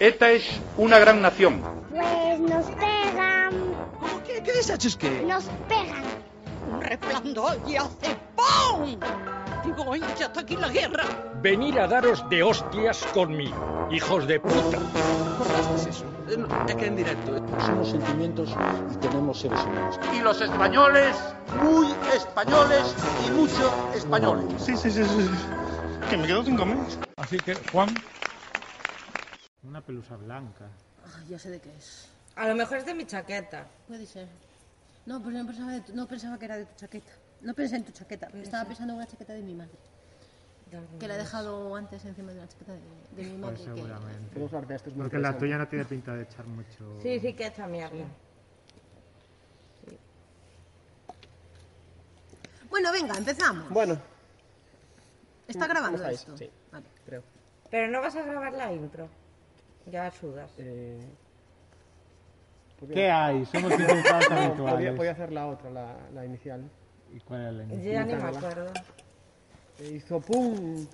ETA es una gran nación. Pues nos pegan, ¿Qué, qué deshaces que? nos pegan. Un resplandor y hace ¡pum! Digo, ¡ay, ya está aquí la guerra! Venir a daros de hostias conmigo, hijos de puta. ¿Qué es eso? Eh, no, Es que en directo. Somos sentimientos y tenemos seres humanos. Y los españoles, muy españoles y mucho españoles. Sí, sí, sí, sí. sí. Que me quedo sin comer. Así que, Juan. Una pelusa blanca. Ay, ya sé de qué es. A lo mejor es de mi chaqueta. Puede ser. No, pues no pensaba, de tu- no pensaba que era de tu chaqueta. No pensé en tu chaqueta. Estaba pensando en una chaqueta de mi madre. Que la he dejado antes encima de una chaqueta de, de mi madre. Pues que- seguramente. Todos artistas muy Porque la interesantes. tuya no tiene pinta de echar mucho. Sí, sí que esta mierda. Bueno, venga, empezamos. Bueno, ¿Está grabando ¿cómo estáis? esto? Sí. Vale. creo. Pero no vas a grabar la intro. Ya sudas. este, Eh, podía- ¿Qué hay? Somos invitados no, podía, podía habituales. hacer la otra, la, la inicial. ¿Y cuál era la Yo inicial? ya ni me Quítala. acuerdo. E hizo pum.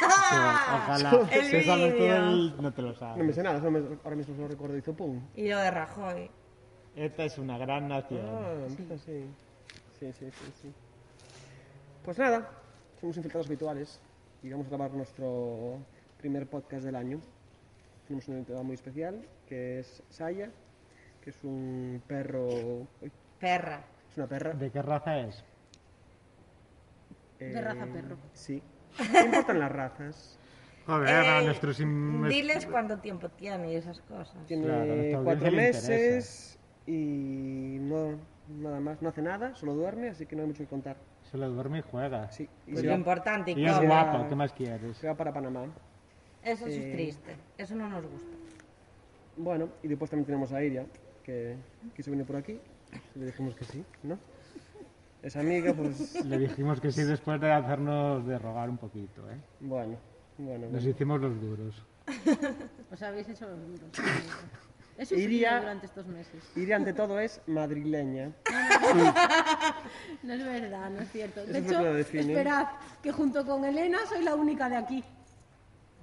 Ojalá. El Se sabe todo vídeo. el- No te lo No me sabes. sé nada, solo me- ahora mismo solo recuerdo, hizo pum. Y lo de Rajoy. Esta es una gran nación. Ah, empieza así. Sí, sí, sí, sí. Pues nada, somos infiltrados habituales y vamos a grabar nuestro primer podcast del año. Tenemos un invitado muy especial que es Saya, que es un perro. uy, Perra. es una perra. ¿De qué raza es? eh, de raza perro. Sí. No importan las razas. Joder, a Ey, nuestros. in- Diles cuánto tiempo tiene y esas cosas. Tiene Claro, a nuestra cuatro audiencia le interesa. meses y no nada más, no hace nada, solo duerme, así que no hay mucho que contar. Solo duerme y juega. Sí, y Pues se lo va, importante y Y es Como- cómo. guapo, ¿qué más quieres? se va para Panamá. Eso sí Sí. es triste. Eso no nos gusta. Bueno, y después también tenemos a Iria, que quiso venir por aquí. y Le dijimos que sí, ¿no? Es amiga, pues. Le dijimos que sí después de hacernos de rogar un poquito, ¿eh? Bueno, bueno. Nos bueno. hicimos los duros. Os habéis hecho los duros. He sufrido Iría- durante estos meses. Iria, ante todo, es madrileña. No es verdad, no es cierto. Eso De es lo que hecho, lo define. esperad, que junto con Elena soy la única de aquí.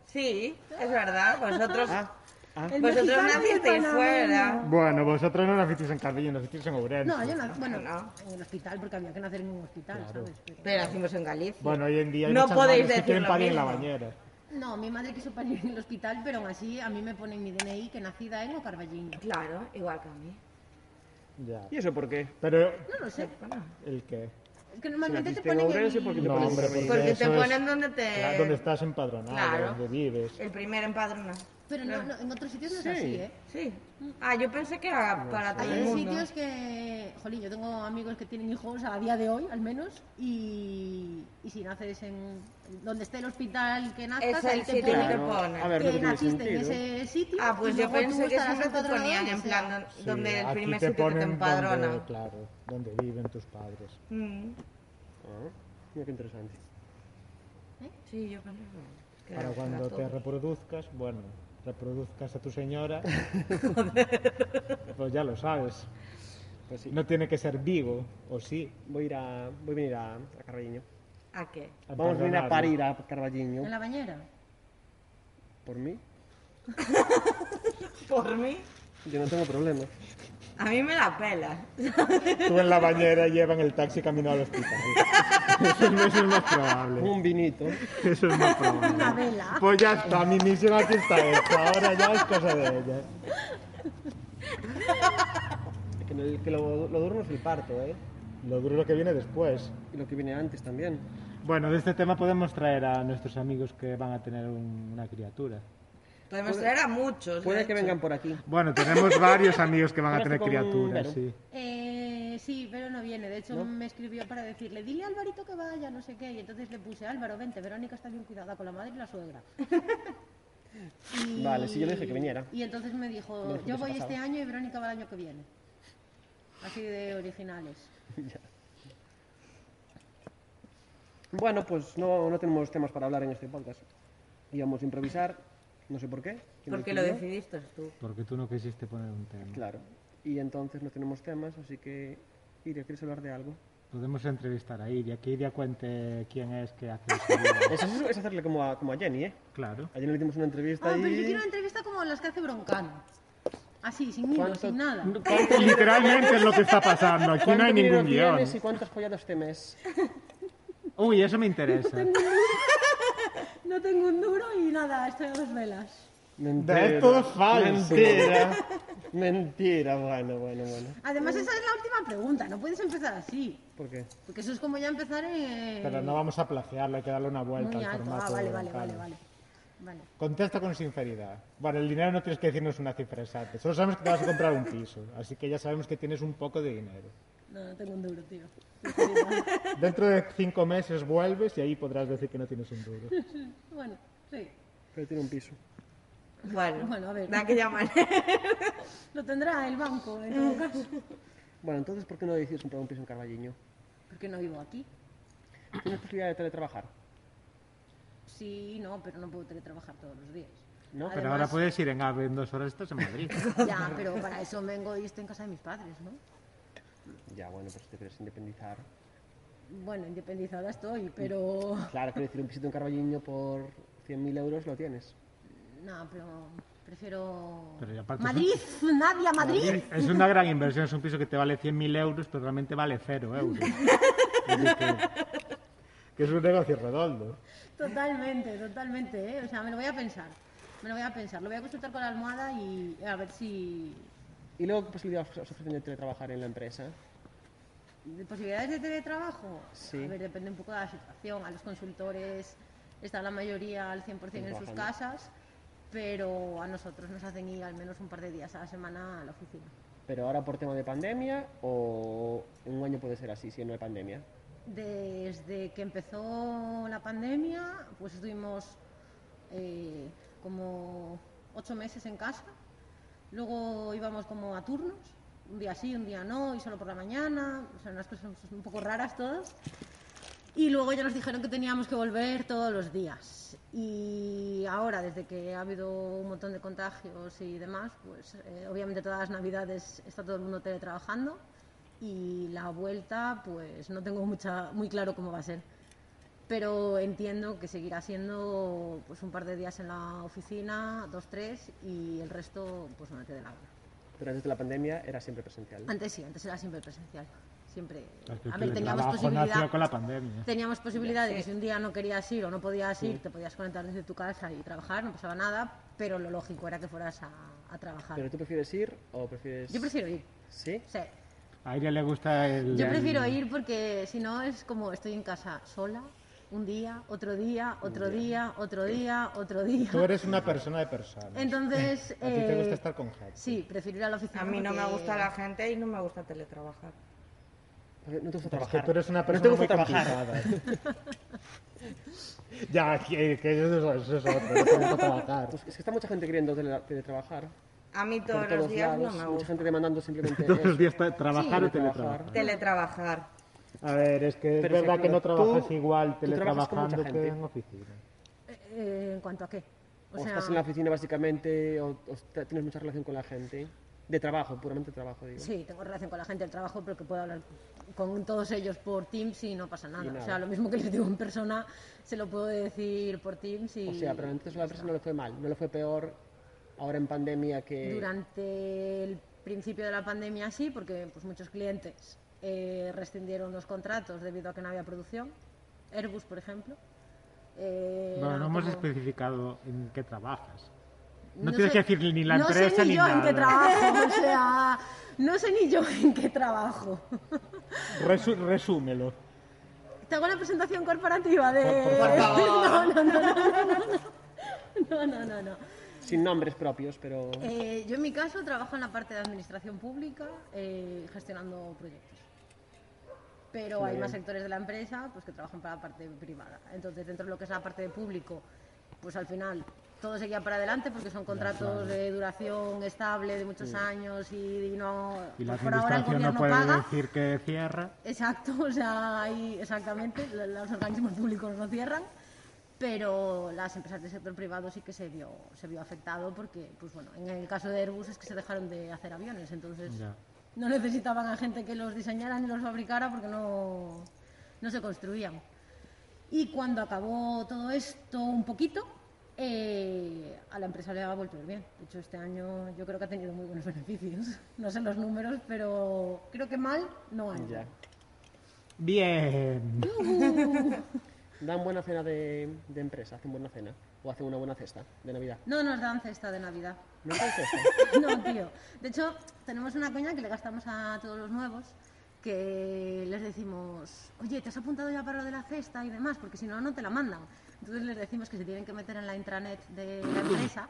Sí, es verdad. Vosotros, Ah, ah. El vosotros mexicano y el nacisteis panameño. fuera. Bueno, vosotros no nacisteis en Cardillo, nacisteis en Ourense. No, yo no, bueno, No. en el hospital, porque había que nacer en un hospital, ¿sabes? Pero- Pero nacimos en Galicia. Bueno, hoy en día hay No muchas podéis madres que decir quieren lo parir en la mismo. bañera. No, mi madre quiso parir en el hospital, pero aún así a mí me ponen mi DNI que nacida en Ocarballiño. Claro, igual que a mí. Ya. ¿Y eso por qué? Pero, No lo sé, ¿el qué? es que normalmente te Si naciste ponen en Ourense, el... ¿por qué te No, pones hombre, Madrid? porque- Porque te eso es- ponen donde te... Claro, donde estás empadronado, Eh, Claro. donde vives. El primer empadronado. Pero no, no, en otros sitios no es así, ¿eh? Sí. Ah, yo pensé que era para todo el Hay mundo. sitios que, jolín, yo tengo amigos que tienen hijos a día de hoy, al menos, y, y si naces en donde esté el hospital que nazcas, Es ahí el te sitio que ponen te Claro. A ponen. ver, no que tiene naciste en sentido. ese sitio. Ah, pues y yo luego tú pensé que eso estarás no te empadronado ponían donde en sea. plan don- Sí, donde el aquí primer te sitio que te ponen empadronan. Donde, claro, donde viven tus padres. Mm. Ah, mira qué interesante. Sí, yo pensé que Para era cuando todo. te reproduzcas, bueno, reproduzcas a tu señora. pues ya lo sabes. Pues sí, No tiene que ser Vigo, o sí. voy a, ir a, voy a venir a, a Carballiño. ¿A qué? Vamos a venir a empadronarlo. parir a Carballiño. En la bañera. ¿Por mí? ¿Por mí? Yo no tengo problema. A mí me la pela. Tú en la bañera llevan el taxi camino al hospital. Eso no es lo más probable. Un vinito. Eso es más probable. Una vela. Pues ya está, mi misión aquí está hecha. Ahora ya es cosa de ella. Que, no- que lo, lo duro no es el parto, ¿eh? Lo duro es lo que viene después. Y lo que viene antes también. Bueno, de este tema podemos traer a nuestros amigos que van a tener un- una criatura. Podemos traer a muchos. de Puede que hecho. vengan por aquí. Bueno, tenemos varios amigos que van a Ahora tener está con criaturas, Vero. sí. Eh, sí, pero no viene. De hecho, me escribió para decirle, dile a Alvarito que vaya, no sé qué. Y entonces le puse, Álvaro, vente, Verónica está bien cuidada con la madre y la suegra. Y- Vale, sí, yo le dije que viniera. Y entonces me dijo, dijo que yo se voy pasaba. este año y Verónica va el año que viene. Así de originales. Bueno, pues no, no tenemos temas para hablar en este podcast. Íbamos a improvisar, no sé por qué. ¿quién Porque lo decidió? decidiste tú. Porque tú no quisiste poner un tema. Claro. Y entonces no tenemos temas, así que... Iria, ¿quieres hablar de algo? Podemos entrevistar a Iria, que Iria cuente quién es, qué hace. Eso es, es hacerle como a, como a Jenny, ¿eh? Claro. Ayer le dimos una entrevista Ah, y... pero yo quiero una entrevista como las que hace Broncano. Así, sin hilo, ¿Cuánto- sin nada. cuánto- Literalmente es lo que está pasando. Aquí no ¿Cuánto hay ningún dinero guión. tienes y cuántos follados temes? Uy, eso me interesa. No tengo un duro y nada, estoy a dos velas. Da, todo es falso. Mentira. Mentira, bueno, bueno, bueno. Además, esa es la última pregunta, no puedes empezar así. ¿Por qué? Porque eso es como ya empezar en... Pero no vamos a plagiarlo, hay que darle una vuelta Muy al alto. formato. Ah, vale, vale, Claro. vale, vale. Vale. Contesta con sinceridad. Bueno, el dinero no tienes que decirnos una cifra exacta. Solo sabemos que te vas a comprar un piso, así que ya sabemos que tienes un poco de dinero. No, no tengo un duro, tío. Dentro de cinco meses vuelves y ahí podrás decir que no tienes un duro. bueno, sí. Pero tiene un piso. Bueno, Bueno, a ver. de aquella manera. Lo tendrá el banco, en todo caso. Bueno, entonces, ¿por qué no decides comprar un piso en Carballiño? Porque no vivo aquí. ¿Tienes posibilidad de teletrabajar? Sí, no, pero no puedo teletrabajar todos los días. No, Pero ahora puedes ir en AVE en dos horas, estás en Madrid. Ya, pero para eso vengo y estoy en casa de mis padres, ¿no? Ya, bueno, pues si te quieres independizar. Bueno, independizada estoy, pero... Claro, quiero decir, un pisito en Carballiño por 100.000 euros lo tienes. No, pero prefiero... Pero y aparte ¡Madrid! ¡Nadia, Madrid! Es una gran inversión, es un piso que te vale 100.000 euros, pero realmente vale cero euros. Así que- que es un negocio redondo. Totalmente, totalmente, ¿eh? O sea, me lo voy a pensar. Me lo voy a pensar. Lo voy a consultar con la almohada y a ver si... ¿Y luego qué posibilidad os ofrecen de teletrabajar en la empresa? ¿De ¿Posibilidades de teletrabajo? Sí. A ver, depende un poco de la situación. A los consultores está la mayoría al 100% en sus Trabajando. casas, pero a nosotros nos hacen ir al menos un par de días a la semana a la oficina. ¿Pero ahora por tema de pandemia o en un año puede ser así, si no hay pandemia? Desde que empezó la pandemia, pues estuvimos eh, como ocho meses en casa. Luego íbamos como a turnos, un día sí, un día no, y solo por la mañana. O sea, unas cosas un poco raras todas. Y luego ya nos dijeron que teníamos que volver todos los días. Y ahora, desde que ha habido un montón de contagios y demás, pues eh, obviamente todas las navidades está todo el mundo teletrabajando. Y la vuelta, pues no tengo mucha, muy claro cómo va a ser. Pero entiendo que seguirá siendo pues un par de días en la oficina, dos, tres, y el resto, pues no de la hora. Pero antes de la pandemia era siempre presencial. Antes sí, antes era siempre presencial. Siempre. Es que A el ver, teníamos teletrabajo posibilidad. nació con la pandemia. Teníamos posibilidad de que si un día no querías ir o no podías ir, te podías conectar desde tu casa y trabajar, no pasaba nada, pero lo lógico era que fueras a, a trabajar. ¿Pero tú prefieres ir o prefieres...? Yo prefiero ir, ¿Sí? sí. A Iria le gusta el... Yo el- prefiero ir porque si no es como estoy en casa sola, un día, otro día, otro día, otro día, otro día. Tú eres una persona de personas. Entonces... A ti te eh, gusta estar con gente. Sí, prefiero ir a la oficina. A mí no me porque- gusta la gente y no me gusta teletrabajar. Porque No te gusta Es Pues que trabajar. tú eres una No te persona muy gusta trabajar. complicada. ya, que, que eso, es- eso es otro, no te gusta trabajar. Pues es que está mucha gente queriendo tele- teletrabajar. A mí Por todos todos los días no lados, me mucha gusta gente demandando simplemente Todos los eso. días tra- trabajar o teletrabajar. teletrabajar. teletrabajar. A ver, es que es Pero, verdad por que no ejemplo, trabajas tú- igual tú trabajas con mucha teletrabajando que gente. en oficina. Eh, eh, ¿En cuanto a qué? O, estás en la oficina básicamente, o, o está- tienes mucha relación con la gente. De trabajo, puramente trabajo, digo. Sí, tengo relación con la gente del trabajo, pero que puedo hablar con todos ellos por Teams y no pasa nada. Y nada. O sea, lo mismo que les digo en persona, se lo puedo decir por Teams y... O sea, pero entonces a la empresa no le fue mal, no le fue peor ahora en pandemia que... Durante el principio de la pandemia sí, porque pues, muchos clientes eh, rescindieron los contratos debido a que no había producción. Airbus, por ejemplo. Eh, Bueno, era no hemos como- especificado en qué trabajas. No, No tienes sé- que decir ni la no sé empresa ni ni yo en nada. qué trabajo, o sea, no sé ni yo en qué trabajo. Resu- resúmelo. Te hago la presentación corporativa de... Por- por No, no, no, no, no, no, no, no, no, no. Sin nombres propios, pero... Eh, yo en mi caso trabajo en la parte de administración pública eh, gestionando proyectos. Pero hay más sectores de la empresa pues, que trabajan para la parte privada. Entonces, dentro de lo que es la parte de público, pues al final todo seguía para adelante porque son contratos de duración estable de muchos años y, y no... Y la pues, por ahora el administración no gobierno puede paga. decir que cierra. Exacto, o sea, hay, exactamente, lo- los organismos públicos no cierran, pero las empresas del sector privado sí que se vio, se vio afectado porque, pues bueno, en el caso de Airbus es que se dejaron de hacer aviones, entonces Ya. No necesitaban a gente que los diseñara ni los fabricara porque no, no se construían. Y cuando acabó todo esto un poquito, eh, a la empresa le ha vuelto el bien. De hecho, este año yo creo que ha tenido muy buenos beneficios. No sé los números, pero creo que mal no hay. Ya. Bien. Dan buena cena de, de empresa, hacen buena cena. O hacen una buena cesta de Navidad. No nos dan cesta de Navidad. ¿No hacen cesta? No, tío. De hecho, tenemos una coña que le gastamos a todos los nuevos, que les decimos, oye, ¿te has apuntado ya para lo de la cesta y demás? Porque si no, no te la mandan. Entonces les decimos que se tienen que meter en la intranet de la empresa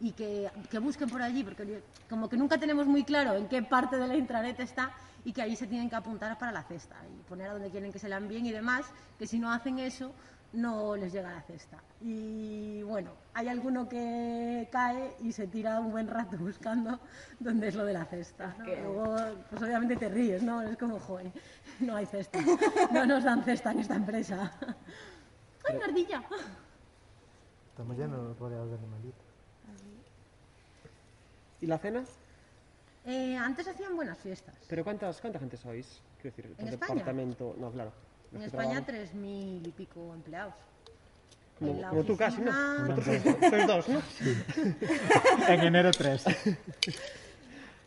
y que, que busquen por allí, porque oye, como que nunca tenemos muy claro en qué parte de la intranet está y que ahí se tienen que apuntar para la cesta y poner a donde quieren que se la envíen y demás, que si no hacen eso no les llega la cesta. Y bueno, hay alguno que cae y se tira un buen rato buscando dónde es lo de la cesta. ¿no? Qué- Luego, pues obviamente te ríes, ¿no? Es como, joder, no hay cesta. No nos dan cesta en esta empresa. ¡Ay, una ardilla! Estamos llenos rodeados de animalitos. ¿Y la cena? Eh, antes hacían buenas fiestas. ¿Pero cuántas, cuánta gente sois? Quiero decir, por ¿En España? departamento. No, claro. los En que España, trabajan. tres mil y pico empleados. en Como, la como tú casi, ¿no? oficina- Vosotros sois, sois dos, ¿no? En enero 3.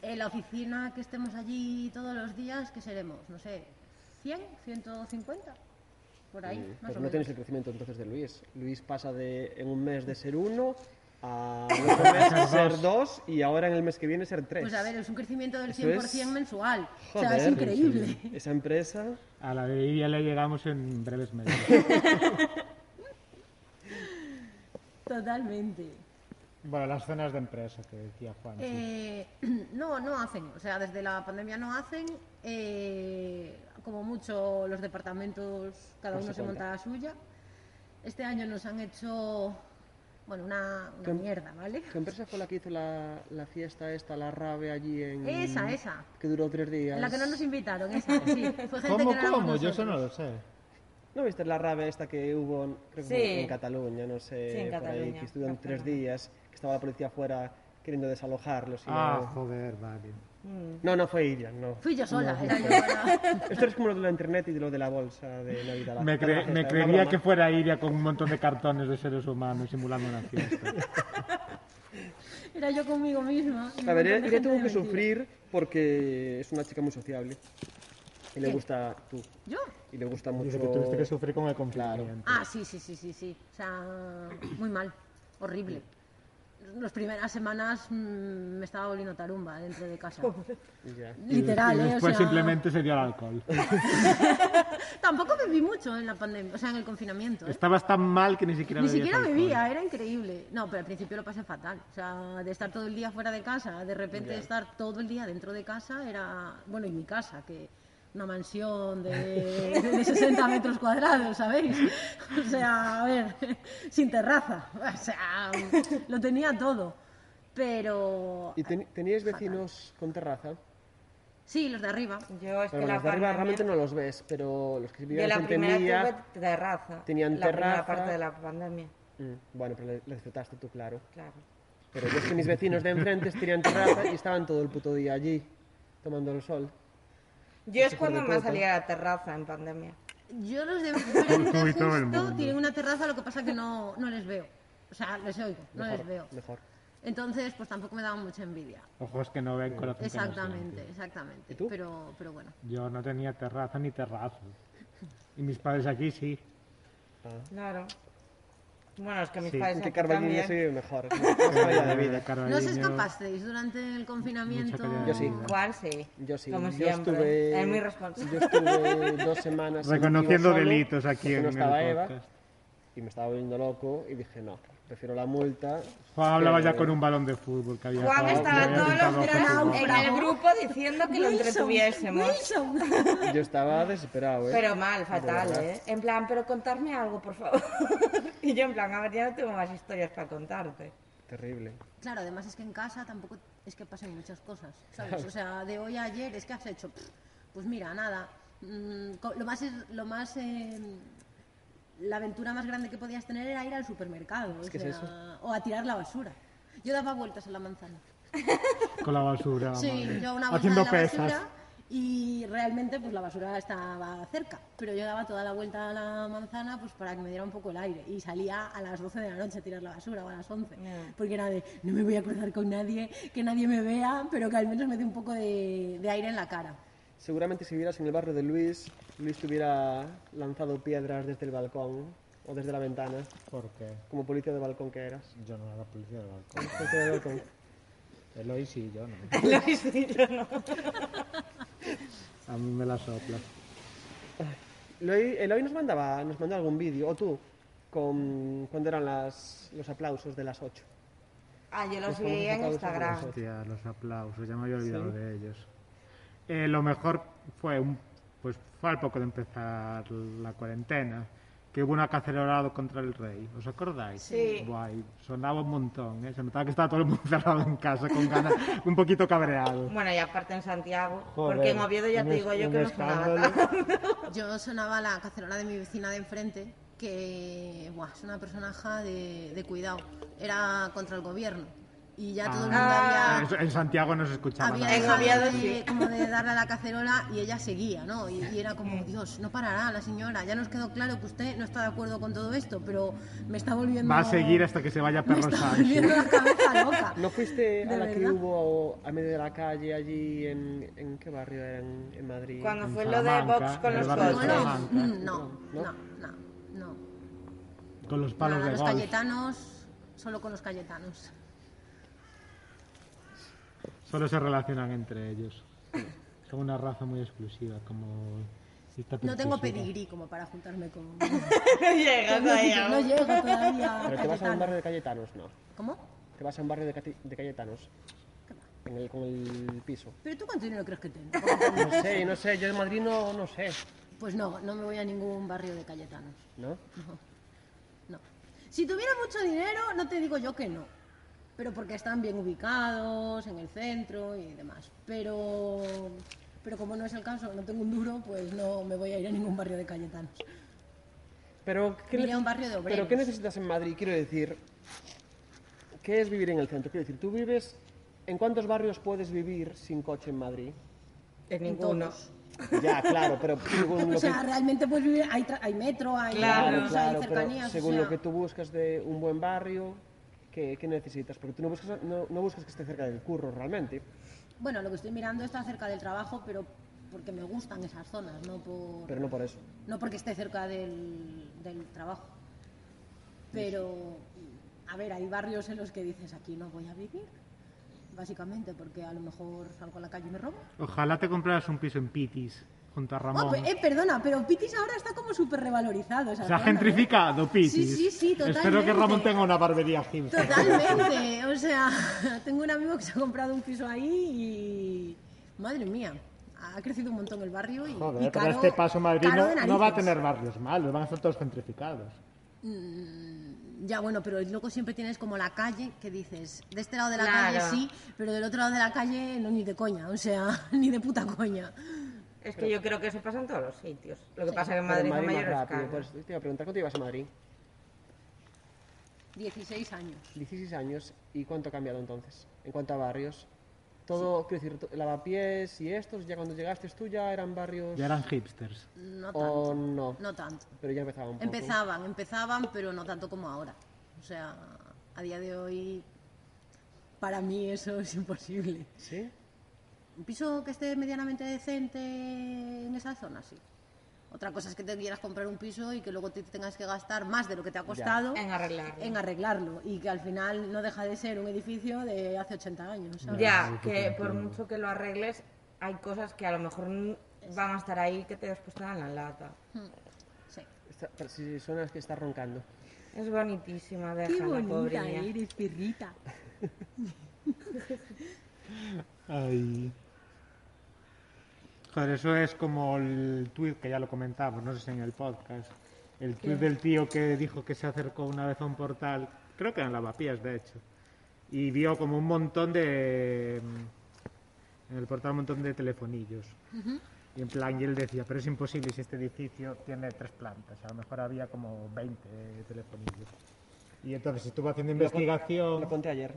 En la oficina que estemos allí todos los días, ¿qué seremos? No sé, ¿100? ¿150? Por ahí, Mm, más Pero o no menos. tenéis el crecimiento entonces de Luis. Luis pasa de en un mes de ser uno a en otro mes ser dos y ahora en el mes que viene ser tres. Pues a ver, es un crecimiento del Eso 100% es- mensual. o sea, es Joder. increíble. Esa empresa. A la de Ibia le llegamos en breves meses. Totalmente. Bueno, las cenas de empresa que decía Juan. sí. Eh, no, no hacen. O sea, desde la pandemia no hacen. eh, como mucho los departamentos, cada Por su uno se cuenta. monta la suya. Este año nos han hecho, bueno, una, una ¿Qué- mierda, ¿vale? ¿Qué empresa fue la que hizo la, la fiesta esta, la rave allí en. Esa, esa. Que duró tres días. La que no nos invitaron, esa, sí. Fue gente ¿Cómo, que no éramos cómo? Yo eso nosotros. no lo sé. ¿No viste la rave esta que hubo en, creo Sí. que fue en Cataluña, no sé, Sí, en por ahí, Cataluña, que estuvieron tres Barcelona. días, que estaba la policía afuera queriendo desalojarlos y Ah, no... joder, vale. No, no fue ella, no. Fui yo sola, era yo para- Esto es como lo de la internet y de lo de la bolsa de Navidad. la- Me, la cre- fiesta, me una creería broma. que fuera Iria con un montón de cartones de seres humanos simulando una fiesta. Era yo conmigo misma. y un A montón ver, de ella, ella gente tuvo de que mentira. sufrir porque es una chica muy sociable. Y le ¿Quién? gusta tú. ¿Yo? Y le gusta mucho... Dice que tuviste que sufrir con el confinamiento. Ah, sí, sí, sí, sí, sí. O sea, muy mal, horrible. Las primeras semanas mm, me estaba volviendo tarumba dentro de casa. Ya. Literal, y ¿eh? O después sea, simplemente se dio al alcohol. Tampoco bebí mucho en la pandemia, o sea, en el confinamiento. ¿eh? Estabas tan mal que ni siquiera Ni bebías siquiera alcohol. bebía, era increíble. No, pero al principio lo pasé fatal. O sea, de estar todo el día fuera de casa, de repente estar todo el día dentro de casa era. Bueno, y mi casa, que una mansión de, de 60 metros cuadrados, ¿sabéis? O sea, a ver, sin terraza. O sea, lo tenía todo. Pero. ¿Y ten- teníais vecinos con terraza? Sí, los de arriba. Yo es Pero que la los de arriba pandemia- realmente no los ves, pero los que Yo vivían la en primera Centenía- tuve terraza. tenían la primera terraza. parte de la pandemia, Mm, Bueno, pero le, le disfrutaste tú, claro. claro. Pero yo es que mis vecinos de enfrente tenían terraza y estaban todo el puto día allí, tomando el sol. Yo es se cuando recorta. más salía a la terraza en pandemia. Yo los de enfrente Uy, todo el justo mundo. tienen una terraza, lo que pasa que no, no les veo. O sea, les oigo, no Mejor, les veo. mejor. Entonces, pues tampoco me daban mucha envidia. Ojos que no ven, corazón que no siente. Exactamente, exactamente. ¿Y tú? Pero, pero bueno. Yo no tenía terraza ni terrazo. Y mis padres aquí sí. Claro. Bueno, es que mis Sí. padres Que aquí Carballín también. soy el mejor. Historia de vida. Carballiño. ¿No os escapasteis durante el confinamiento? Mucha calidad. Yo sí. Juan sí. Yo sí. Como yo siempre. estuve. Es muy responsable. Yo estuve dos semanas. Reconociendo vivo solo, delitos aquí porque en no el estaba Eva, podcast. y me estaba volviendo loco y dije no, prefiero la multa. Juan hablaba que- ya con un balón de fútbol que había. Juan que estaba había todos sentado los bajo días el en balón. el grupo diciendo que lo entretuviésemos. Yo estaba desesperado, ¿eh? Pero mal, fatal, verdad. ¿eh? En plan, pero contarme algo, por favor. y yo en plan, a ver, ya no tengo más historias para contarte. Terrible. Claro, además es que en casa tampoco es que pasen muchas cosas, ¿sabes? O sea, de hoy a ayer es que has hecho, pff, pues mira, nada. Mm, co- lo más, es- lo más, eh, la aventura más grande que podías tener era ir al supermercado, o, que es sea, o a tirar la basura. Yo daba vueltas a la manzana. con la basura. Sí, madre. yo una bolsa Haciendo de la pesas. basura y realmente pues la basura estaba cerca, pero yo daba toda la vuelta a la manzana pues para que me diera un poco el aire y salía a las 12 de la noche a tirar la basura o a las 11, Ya. porque era de no me voy a cruzar con nadie, que nadie me vea, pero que al menos me dé un poco de, de aire en la cara. Seguramente si vivieras en el barrio de Luis, Luis te hubiera lanzado piedras desde el balcón o desde la ventana, ¿Por qué? como policía de balcón que eras. Yo no era policía del balcón. Policía de balcón. Eloy sí, yo no. Lo he visto, ¿no? A mí me la sopla. Eloy, Eloy nos mandaba, nos mandó algún vídeo, o tú, con cuando eran las, los aplausos de las 8. Ah, yo los Los vi en famosos Instagram. aplausos. Hostia, los aplausos, ya me había olvidado Sí. de ellos. Eh, lo mejor fue un, pues fue al poco de empezar la cuarentena, que hubo una cacerolado contra el rey. ¿Os acordáis? Sí. Guay, sonaba un montón, ¿eh? se notaba que estaba todo el mundo cerrado en casa con ganas, un poquito cabreado. Bueno, y aparte en Santiago, Joder, porque en Oviedo ya un te es- digo yo un que no sonaba escándalo. tanto. Yo sonaba la cacerola de mi vecina de enfrente, que buah, es una personaja de, de cuidado, era contra el gobierno y ya todo el mundo Ah. había... En- En Santiago no se escuchaba había nada. En dejado Oviedo, de, sí. como de darle a la cacerola y ella seguía, ¿no? Y, y era Mm. como, Dios, no parará la señora. Ya nos quedó claro que usted no está de acuerdo con todo esto, pero me está volviendo... Va a seguir hasta que se vaya Me Perro está Sánchez. volviendo la cabeza loca. ¿No fuiste a ¿De la que verdad? hubo a medio de la calle allí en, en qué barrio era en, en Madrid? Cuando En fue lo de Salamanca, Vox con en el los barrio de coches. Salamanca. Bueno, mm, no, no, no, no. Con los palos Nada, de los golf. cayetanos, solo con los cayetanos. Solo se relacionan entre ellos. Son una raza muy exclusiva, como... esta No tengo preciosidad. pedigrí como para juntarme con... No llega todavía. no llego todavía. ¿Pero te vas a un Cayetano. barrio de Cayetanos? No. ¿Cómo? ¿Te vas a un barrio de, Cati- de Cayetanos? En el, con el piso. ¿Pero tú cuánto dinero crees que tengo? No sé, no sé, yo en Madrid no, no sé. Pues no, no me voy a ningún barrio de Cayetanos. ¿No? No. Si tuviera mucho dinero, no te digo yo que no. Pero porque están bien ubicados, en el centro y demás. Pero, pero como no es el caso, no tengo un duro, pues no me voy a ir a ningún barrio de Cayetanos. Pero ¿qué, Iré neces- a un barrio de obreros. pero ¿qué necesitas en Madrid? Quiero decir, ¿qué es vivir en el centro? Quiero decir, tú vives... ¿En cuántos barrios puedes vivir sin coche en Madrid? En ninguno. Ya, claro, pero según O Pues lo que... sea, realmente puedes vivir, hay, tra- hay metro, hay, Claro, o sea, hay pero cercanías. o según sea, lo que tú buscas de un buen barrio, ¿qué, qué necesitas? Porque tú no buscas, no, no buscas que esté cerca del curro realmente. Bueno, lo que estoy mirando está cerca del trabajo, pero porque me gustan esas zonas, no por... Pero no por eso. No porque esté cerca del, del trabajo. Pero, a ver, hay barrios en los que dices, aquí no voy a vivir, básicamente, porque a lo mejor salgo a la calle y me robo. Ojalá te compraras un piso en Pitis junto a Ramón. Oh, pe- eh, perdona, pero Pitis ahora está como súper revalorizado. esa Se ha zona, ¿eh? gentrificado Pitis. Sí, sí, sí, totalmente. Espero que Ramón tenga una barbería hipster. Totalmente, o sea, tengo un amigo que se ha comprado un piso ahí y... Madre mía, ha crecido un montón el barrio y, Joder, y pero caro- este paso Madrid caro de no, no va a narices. tener barrios malos, van a estar todos gentrificados. Ya, bueno, pero luego siempre tienes como la calle que dices, de este lado de la Claro. calle sí, pero del otro lado de la calle no, ni de coña, o sea, ni de puta coña. Es que yo creo que eso pasa en todos los sitios. Lo que pasa es que en Madrid, Pero es en a Madrid mayor más rápido. escala. Pues te iba a preguntar, ¿cuánto llevas a Madrid? 16 años. 16 años. ¿Y cuánto ha cambiado entonces? En cuanto a barrios. Todo, quiero decir, to- lavapiés y estos, ya cuando llegaste tú ya eran barrios... Ya eran hipsters. No tanto. O no. Oh. No tanto. Pero ya empezaba un poco. Empezaban, empezaban, pero no tanto como ahora. O sea, a día de hoy, para mí eso es imposible. ¿Sí? Un piso que esté medianamente decente en esa zona, sí. Otra cosa es que te quieras comprar un piso y que luego te tengas que gastar más de lo que te ha costado En arreglarlo. en arreglarlo y que al final no deja de ser un edificio de hace 80 años. ¿sabes? Ya, que por mucho que lo arregles, hay cosas que a lo mejor n- van a estar ahí que te después te dan la lata. Sí. Está- pero si suena que está roncando. Es bonitísima, Qué déjala, pobre bonita niña. eres, perrita. Ay. Joder, eso es como el tuit que ya lo comentamos, no sé si en el podcast. El tuit del tío que dijo que se acercó una vez a un portal, creo que en Lavapiés, de hecho, y vio como un montón de. mm, En el portal un montón de telefonillos. Y en plan, y él decía, pero es imposible si este edificio tiene tres plantas, a lo mejor había como 20 telefonillos. Y entonces estuvo haciendo Lo con- investigación. Lo conté ayer.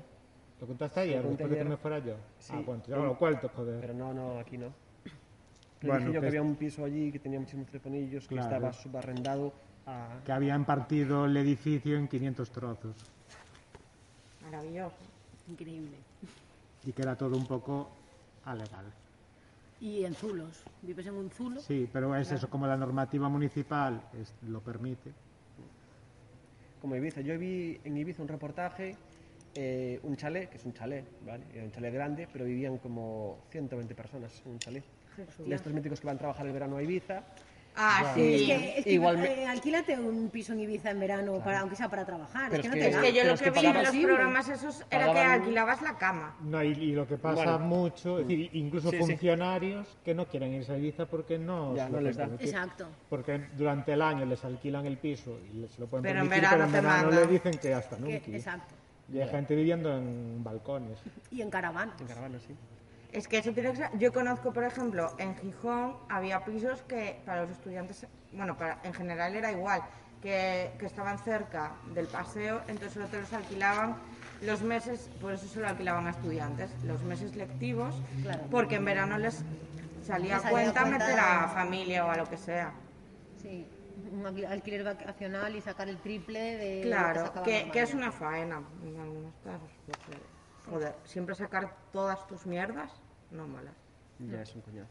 ¿Lo contaste ayer? Lo conté ¿Después de que ayer. me fuera yo? Sí. Ah, bueno, ya lo cuento, joder. Pero no, no, aquí no. Le Bueno, dije yo que pues- había un piso allí que tenía muchísimos telefonillos, que Claro. estaba subarrendado a... Que habían partido el edificio en 500 trozos Maravilloso. Increíble. y que era todo un poco alegal. Y en Zulos. ¿Vives en un Zulo? Sí, pero es eso, como la normativa municipal es- lo permite. como Ibiza. Yo vi en Ibiza un reportaje, eh, un chalet, que es un chalet, ¿vale? Era un chalet grande, pero vivían como 120 personas en un chalet. Jesús. De estos míticos que van a trabajar el verano a Ibiza. Ah, sí. Es que, es que, Igualmente. eh, alquílate un piso en Ibiza en verano, para, aunque sea para trabajar. es Pero que es no que- te Es da. que yo Pero lo es que que pues, vi en los pagaban- programas esos era que pagaban- alquilabas la cama. No, y, y lo que pasa Bueno. mucho, es decir, incluso Sí, sí. funcionarios que no quieren irse a Ibiza porque no, Ya, se lo no les pueden da. permitir. Exacto. Porque durante el año les alquilan el piso y les lo pueden Pero en permitir, verano pero en te verano mandan. le dicen que hasta Que- nunca. ¿eh? exacto. Y hay gente viviendo en balcones. Y en caravana. En caravana, sí. Es que eso tiene que ser- Yo conozco, por ejemplo, en Gijón había pisos que para los estudiantes, bueno, para, en general era igual, que, que estaban cerca del paseo, entonces solo te los alquilaban los meses, por eso solo alquilaban a estudiantes, los meses lectivos, Claro. porque en verano les Les salía a salía cuenta, cuenta- meter a familia o a lo que sea. Sí. Un alqui- alquiler vacacional y sacar el triple de. lo que Claro, sacaba que, que es normalmente. una faena en algunos casos, porque, joder, siempre sacar todas tus mierdas no mola. Ya es un coñazo.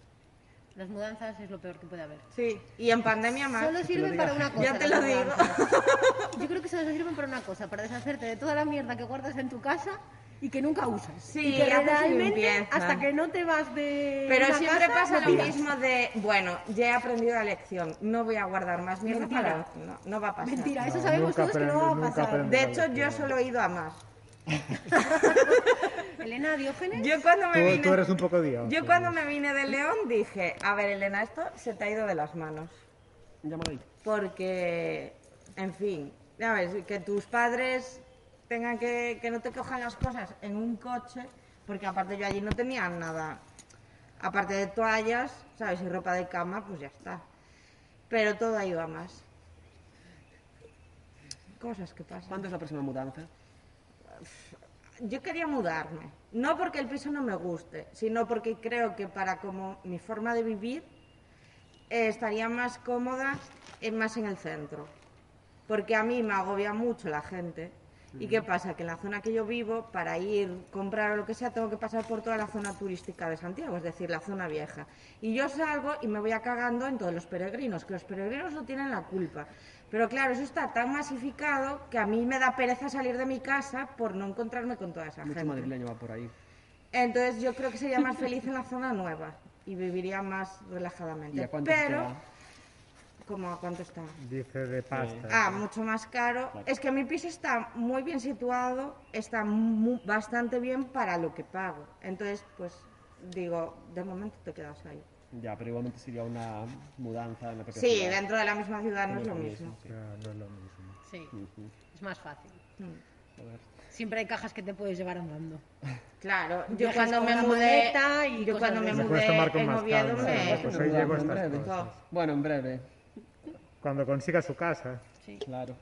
Las mudanzas es lo peor que puede haber. Sí, y en pandemia más. Solo sirven para una cosa. Ya te las lo digo. mudanzas. Yo creo que solo sirven para una cosa, para deshacerte de toda la mierda que guardas en tu casa y que nunca usas. Sí, y que haces realmente limpieza. hasta que no te vas de Pero una siempre casa, pasa no lo tiras. mismo de, bueno, ya he aprendido la lección, no voy a guardar más mierda Mentira. para... No, no va a pasar. Mentira, eso No, sabemos nunca todos que no va aprende- a nunca pasar. aprende. De hecho, yo solo he ido a más. Elena Diógenes, Yo cuando me Tú, vine... tú eres un poco dios. Yo cuando me vine de León dije, a ver, Elena, esto se te ha ido de las manos. Llámalo ahí. Porque, en fin, ya ves, que tus padres tengan que, que no te cojan las cosas en un coche, porque aparte yo allí no tenía nada. Aparte de toallas, ¿sabes? Y ropa de cama, pues ya está. Pero todo ayuda más. Cosas que pasan. ¿Cuándo es la próxima mudanza? Yo quería mudarme. No porque el piso no me guste, sino porque creo que para como mi forma de vivir eh, estaría más cómoda eh, más en el centro. Porque a mí me agobia mucho la gente. ¿Y qué pasa? Que en la zona que yo vivo, para ir, comprar o lo que sea, tengo que pasar por toda la zona turística de Santiago, es decir, la zona vieja. Y yo salgo y me voy a cagando en todos los peregrinos, que los peregrinos no tienen la culpa. Pero claro, eso está tan masificado que a mí me da pereza salir de mi casa por no encontrarme con toda esa Mucho gente. madrileño va por ahí. Entonces yo creo que sería más feliz en la zona nueva y viviría más relajadamente. ¿Y a cuánto Pero, está? ¿cómo a cuánto está? Dice de pasta. Ah, mucho más caro. Es que mi piso está muy bien situado, está mu- bastante bien para lo que pago. Entonces, pues digo, de momento te quedas ahí. Ya, pero igualmente sería una mudanza en la propia Sí, ciudad. dentro de la misma ciudad no es lo Lo mismo. sí. Ah, no es lo mismo. sí, es más fácil. Mm. Joder. Siempre hay cajas que te puedes llevar andando. Claro, yo Viajas cuando con me la mudé, maleta y yo cosas cuando de me esas. Me cuesta mudé este marco en más Oviedo calma. me... Pues ahí llevo estas En breve. cosas. Bueno, en breve, Cuando consiga su casa. claro.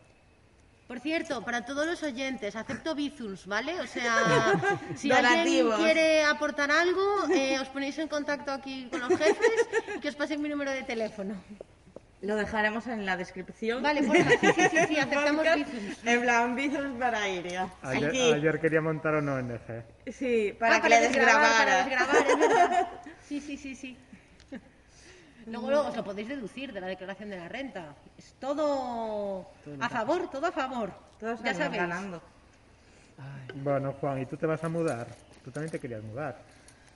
Por cierto, para todos los oyentes, acepto bizums, ¿vale? O sea, si alguien Donativos. quiere aportar algo, eh, os ponéis en contacto aquí con los jefes y que os pasen mi número de teléfono. este. Lo dejaremos en la descripción. Vale, porfa, sí, sí, sí, sí, aceptamos bizums. En plan, bizos para ir, ya. Ayer, Aquí. ayer quería montar un ONG. Sí, para Ah, que le desgrabar, desgrabara. Para desgrabar, es verdad. Sí, sí, sí, sí. Luego, luego os lo podéis deducir de la declaración de la renta. Es todo a favor, todo a favor. Todos ya salimos sabéis. ganando. Bueno, Juan, ¿y tú te vas a mudar? Tú también te querías mudar.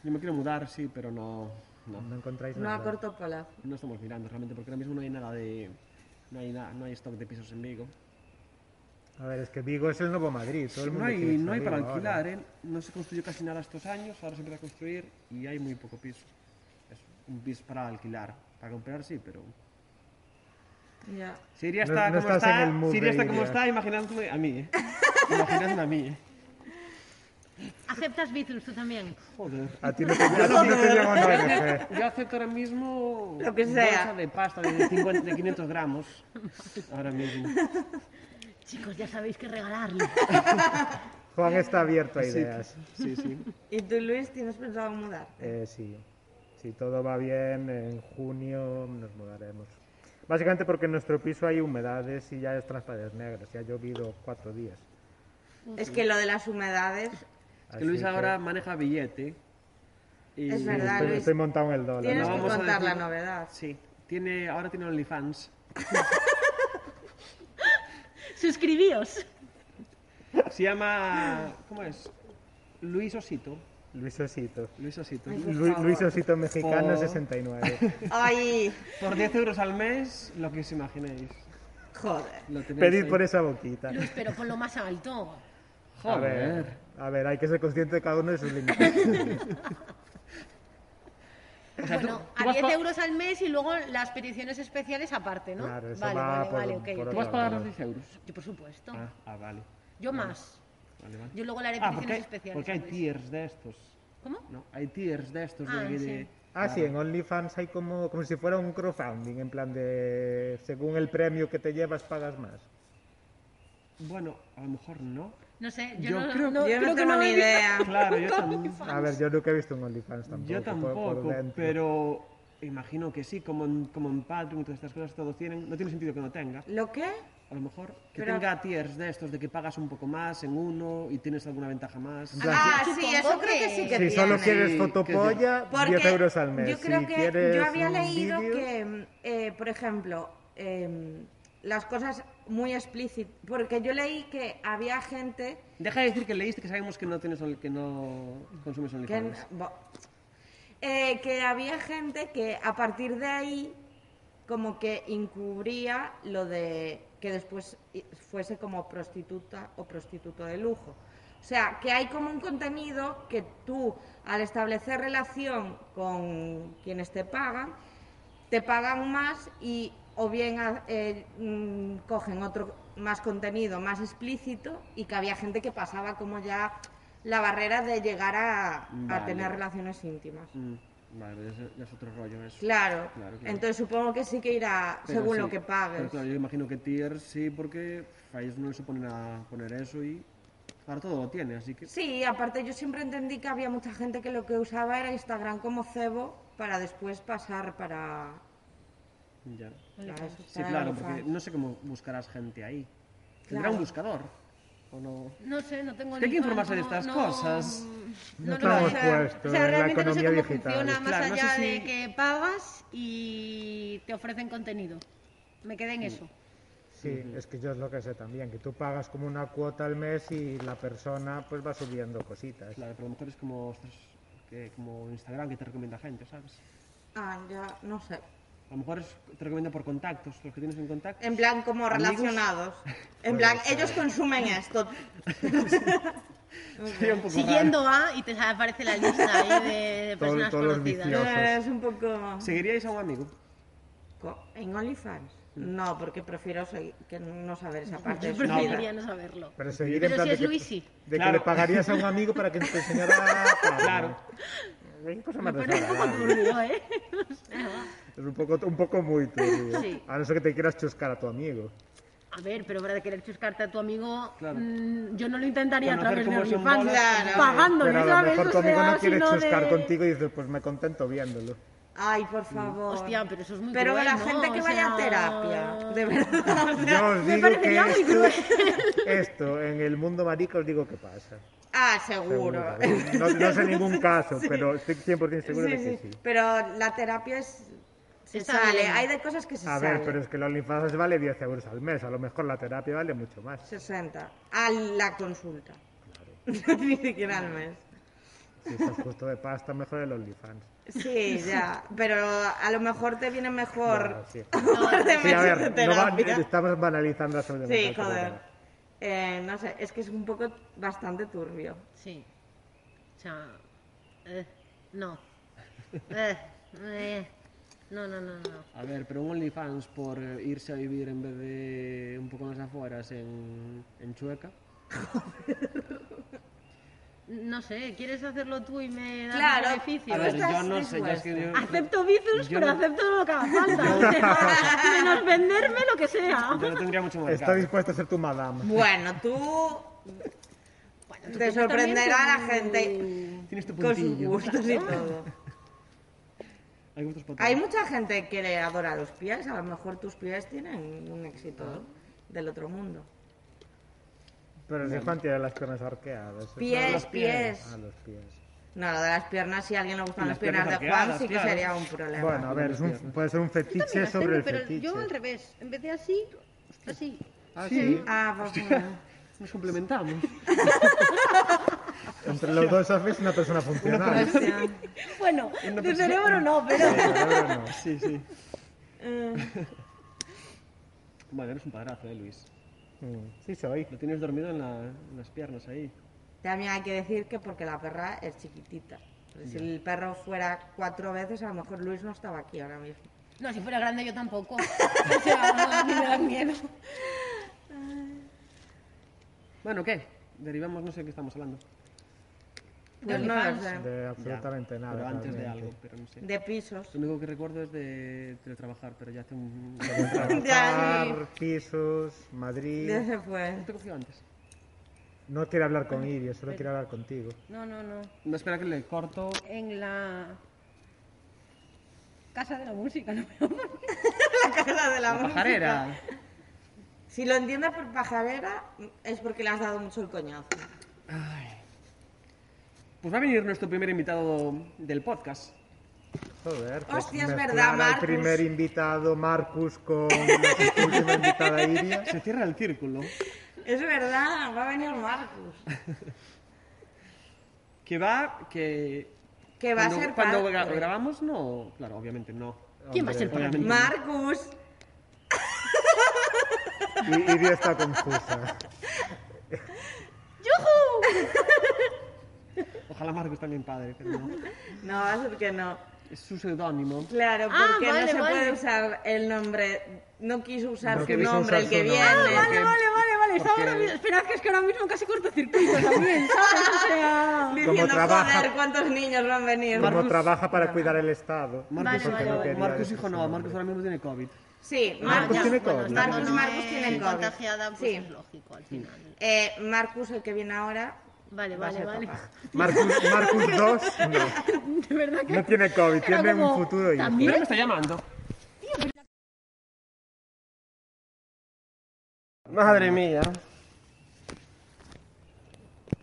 Yo me quiero mudar, sí, pero no, no. No encontráis No a nada. corto plazo. No estamos mirando realmente, porque ahora mismo no hay nada de... No hay, nada, no hay stock de pisos en Vigo. A ver, es que Vigo es el nuevo Madrid. Todo el No mundo quiere hay, irse no a hay para Vigo ahora. alquilar, ¿eh? No se construyó casi nada estos años, ahora se empieza a construir y hay muy poco piso. Es un piso para alquilar. Para comprar sí, pero... Ya. Siria No- está no como estás en el está, mood Siria de está como Iria. está, imaginándome a mí, ¿eh? Imaginadme a mí, ¿eh? Aceptas bizums tú también. Joder. A ti no te, a ti no te llega una ONG. Yo acepto ahora mismo Lo que sea. bolsa de pasta de, 50 de 500 gramos. Ahora mismo. Chicos, ya sabéis qué regalarle. Juan está abierto a Sí, ideas. sí, sí. ¿Y tú, Luis, tienes pensado mudar? Eh, sí, si todo va bien, en junio nos mudaremos. Básicamente porque en nuestro piso hay humedades y ya están las paredes negras, ya ha llovido cuatro días. Es que lo de las humedades. Es que Luis Así que- ahora maneja billete. y- Es Sí, verdad, estoy, Luis. estoy montado en el dólar. ¿no? Tienes que Vamos a contar la decir- novedad. Sí, tiene, ahora tiene OnlyFans. Suscribíos. Se llama. ¿Cómo es? Luis Osito. Luis Osito. Luis Osito. Lu- Luis, Osito Mexicano Por- 69. ¡Ay! Por 10 euros al mes, lo que os imaginéis. Joder. Lo tenéis Pedid ahí. por esa boquita. Luis, pero ponlo más alto. A ver, a ver, hay que ser consciente de cada uno de sus límites. Bueno, tú a vas 10 pa- euros al mes y luego las peticiones especiales aparte, ¿no? Claro, eso vale, va vale, por- vale, ok. por ok. ¿Tú vas a pagar los 10 euros? Yo, por supuesto. Ah, ah, vale. Yo más. Vale, vale. Yo luego le haré Ah, peticiones porque, hay- especiales, pues. porque hay ¿sabes? tiers de estos. ¿Cómo? No, hay tiers de estos. Ah, de, sí. de- Ah, sí, en claro. OnlyFans hay como, como si fuera un crowdfunding, en plan de según el premio que te llevas pagas más. Bueno, a lo mejor no. No sé, yo, Yo no, creo- no, Yo no creo que tengo no ni he visto idea. Claro, yo, tam- A ver, yo nunca he visto un OnlyFans tampoco. yo por- por tampoco, dentro. pero imagino que sí, como en, como en Patreon y todas estas cosas todos tienen. No tiene sentido que no tenga. ¿Lo qué? A lo mejor que Pero- tenga tiers de estos, de que pagas un poco más en uno y tienes alguna ventaja más. Ya. Ah, Supongo sí, eso creo que sí que Si solo tiene. quieres Sí, fotopolla, Porque 10 euros al mes. Yo creo si que quieres yo había un leído vídeo, que, mm, eh, por ejemplo, em, las cosas muy explícitas. Porque yo leí que había gente Deja de decir que leíste que sabemos que no tienes on- que no consumes que, OnlyFans. bo- eh, que había gente que a partir de ahí como que encubría lo de que después i- fuese como prostituta o prostituto de lujo. O sea, que hay como un contenido que tú, al establecer relación con quienes te pagan, te pagan más y o bien a- eh, mm, cogen otro más contenido, más explícito, y que había gente que pasaba como ya la barrera de llegar a, a Vale. tener relaciones íntimas. Mm, Vale, ya es, ya es otro rollo eso. Claro. Claro, claro. entonces supongo que sí que irá Pero según sí, lo que pero pagues. claro, yo imagino que tiers sí, porque pff, a ellos no les oponen a poner eso y para todo lo tiene, así que... Sí, aparte yo siempre entendí que había mucha gente que lo que usaba era Instagram como cebo para después pasar para... Ya. para eso, Sí, para claro, OnlyFans. porque no sé cómo buscarás gente ahí. ¿Tendrá Claro. un buscador? ¿O no? No sé, no tengo Es que hay ni- que informarse de no- estas no- cosas. No lo estamos sé. O sea, puestos o sea, en la realmente no sé economía cómo digital. funciona más Claro, no sé allá si- de que pagas y te ofrecen contenido. Me quedé en eso. Sí, es que yo es lo que sé también, que tú pagas como una cuota al mes y la persona pues va subiendo cositas. Claro, pero a lo mejor es como, ostras, que- como Instagram que te recomienda gente, ¿sabes? Ah, ya, no sé. A lo mejor es- te recomienda por contactos, los que tienes en contacto. En plan, como ¿Amigos? relacionados. En plan, ellos consumen esto. Sería un poco Siguiendo a y te aparece la lista ahí de, de Todo- personas todos los conocidas. vicios. Eh, Es un poco... raro. ¿Seguiríais a un amigo? Co- ¿En OnlyFans? No, porque prefiero segui- que no saber esa parte de Yo su vida. preferiría no saberlo. Pero seguir en Pero plan si de es que- Luis, sí. de Claro. que le pagarías a un amigo para que te enseñara. Claro. Es, cosa Me más pone un poco desagradable. turbio, ¿eh? Es un poco, un poco muy turbio. Sí. A no ser que te quieras chuscar a tu amigo. A ver, pero para querer chuscarte a tu amigo, Claro. mm, yo no lo intentaría Conocer a través de cómo son OnlyFans, bolas, claro. pagándole, Pero a lo ¿sabes? mejor O tu amigo sea, no quiere sino de- chuscar contigo y dices, pues me contento viéndolo. Ay, por Mm. favor. Hostia, pero eso es muy Pero cruel, la ¿no? gente que O vaya a sea, terapia, de verdad. o sea, Yo os digo me que parecería muy esto, cruel. esto, en el mundo marica, os digo que pasa. ah, seguro. No, no sé ningún caso, pero estoy 100% seguro de que sí. Pero la terapia es... Se Está sale. bien. Hay de cosas que se A salen. ver, pero es que los OnlyFans vale 10 euros al mes, a lo mejor la terapia vale mucho más. 60. A la consulta. Ni siquiera al mes. Si estás justo de pasta, mejor el OnlyFans. Sí, ya. Pero a lo mejor te viene mejor. Bueno, sí. un par de Sí, a meses de ver, no va- terapia. estamos banalizando la salud Sí, mental, pero joder. bueno. Eh, no sé, es que es un poco bastante turbio. Sí. O sea, eh, no. Eh, eh, no, no, no, no. A ver, pero un OnlyFans por eh, irse a vivir en vez de un poco más afueras en, en Chueca. No sé, ¿quieres hacerlo tú y me das Claro. el beneficio? A ver, estás yo no sé, yo es que yo... Acepto vicios, Yo pero no- acepto lo que haga falta. o sea, menos venderme lo que sea. Yo no tendría mucho Está mercado. dispuesto a ser tu madame. Bueno, tú. Bueno, Te sorprenderá a la gente Tienes tu con sus este puntillo. gustos y todo. Hay gustos para Hay todo. mucha gente que le adora los pies, a lo mejor tus pies tienen un éxito del otro mundo. Pero si Juan tiene las piernas arqueadas. eso Pies, son los pies. Ah, los pies. No, lo de las piernas, si a alguien le gustan Y las las piernas de piernas Juan, sí que arqueadas, sería claro. un problema. Bueno, a ver, es un- puede ser un fetiche Las tengo, sobre el pero fetiche. yo al revés. En vez de así, así. Sí. Ah, por favor. Nos complementamos. Entre los dos haces una persona funcional. Bueno, de Una persona- cerebro no, pero. Sí, sí. Eh, Bueno, eres un padrazo, eh, Luis. mm, Sí, soy. Lo tienes dormido en, la- en las piernas ahí. También hay que decir que porque la perra es chiquitita. Pero Si Ya. el perro fuera cuatro veces, a lo mejor Luis no estaba aquí ahora mismo. No, si fuera grande yo tampoco. O sea, a mí me da miedo. Bueno, ¿qué? Derivamos, no sé de qué estamos hablando. De Pues no lo OnlyFans. sé. De absolutamente nada. pero antes de realmente. algo, pero no sé. De pisos. Lo único que recuerdo es de teletrabajar, pero ya hace un... Trabajar, pisos, Madrid. Ya se fue. ¿No te cogió antes? No quiere hablar con Irio, solo quiere hablar contigo. No, no, no. No, espera que le corto. En la. Casa de la música, no me lo La cara de la, La música. pajarera. Si lo entiendes por pajarera, es porque le has dado mucho el coñazo. Pues va a venir nuestro primer invitado del podcast. Joder. pues Hostia, es mezclar verdad, al Marcus. primer invitado, Marcus, con la última invitada, Iria. Se cierra el círculo. Es verdad, va a venir Marcus. Que va, que... Que va a cuando, ser Cuando parte. gra- grabamos, no... Claro, obviamente no. ¿Quién va a ser Hombre, Obviamente no. Marcus. I- Iria está confusa. Ojalá Marcos también padre, pero no. No, va a ser que no. Es su seudónimo. Claro, Ah, porque no vale, se vale. puede usar el nombre. No quiso usar No su quiso nombre, usar el que su viene. nombre. Ah, vale, vale, vale, vale, estaba Porque- ahora mismo- Esperad que es que ahora mismo casi cortocircuito también, ¿sabes? O sea. Diciendo, trabaja- joder, cuántos niños van a venir. Como trabaja para cuidar el Estado. Marcos, Vale, vale, vale. Marcos hijo no, Marcos ahora mismo tiene COVID. Sí, Marcus Marcus. tiene COVID. Marcus, Marcus tiene COVID. contagiada, pues Sí. es lógico al final. Eh, Marcus, el que viene ahora. Vale, va a vale, ser vale. papá. Marcus, Marcus 2, no. De verdad que. No tiene COVID, Era tiene un como, futuro hijo. Mira, También me está llamando. Madre mía.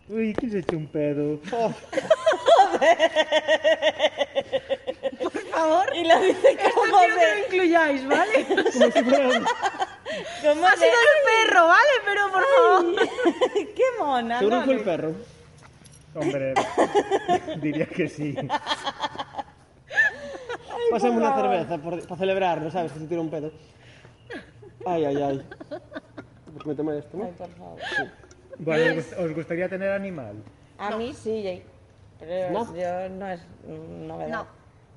Uy, ¿quién se ha hecho un pedo? Por favor. Y la dice que Esto quiero que lo incluyáis, ¿vale? Pues ha sido el perro, ¿vale? Pero por favor. ¡Qué mona! Seguro que fue el perro. Hombre, diría que sí. Pásame una cerveza por- para celebrarlo, ¿sabes? Que se tira un pedo. Ay, ay, ay. Pues me tomé esto, ¿no? Bueno, ¿os- ¿os gustaría tener animal? A mí sí, pero ¿No? yo no es mm, novedad. No,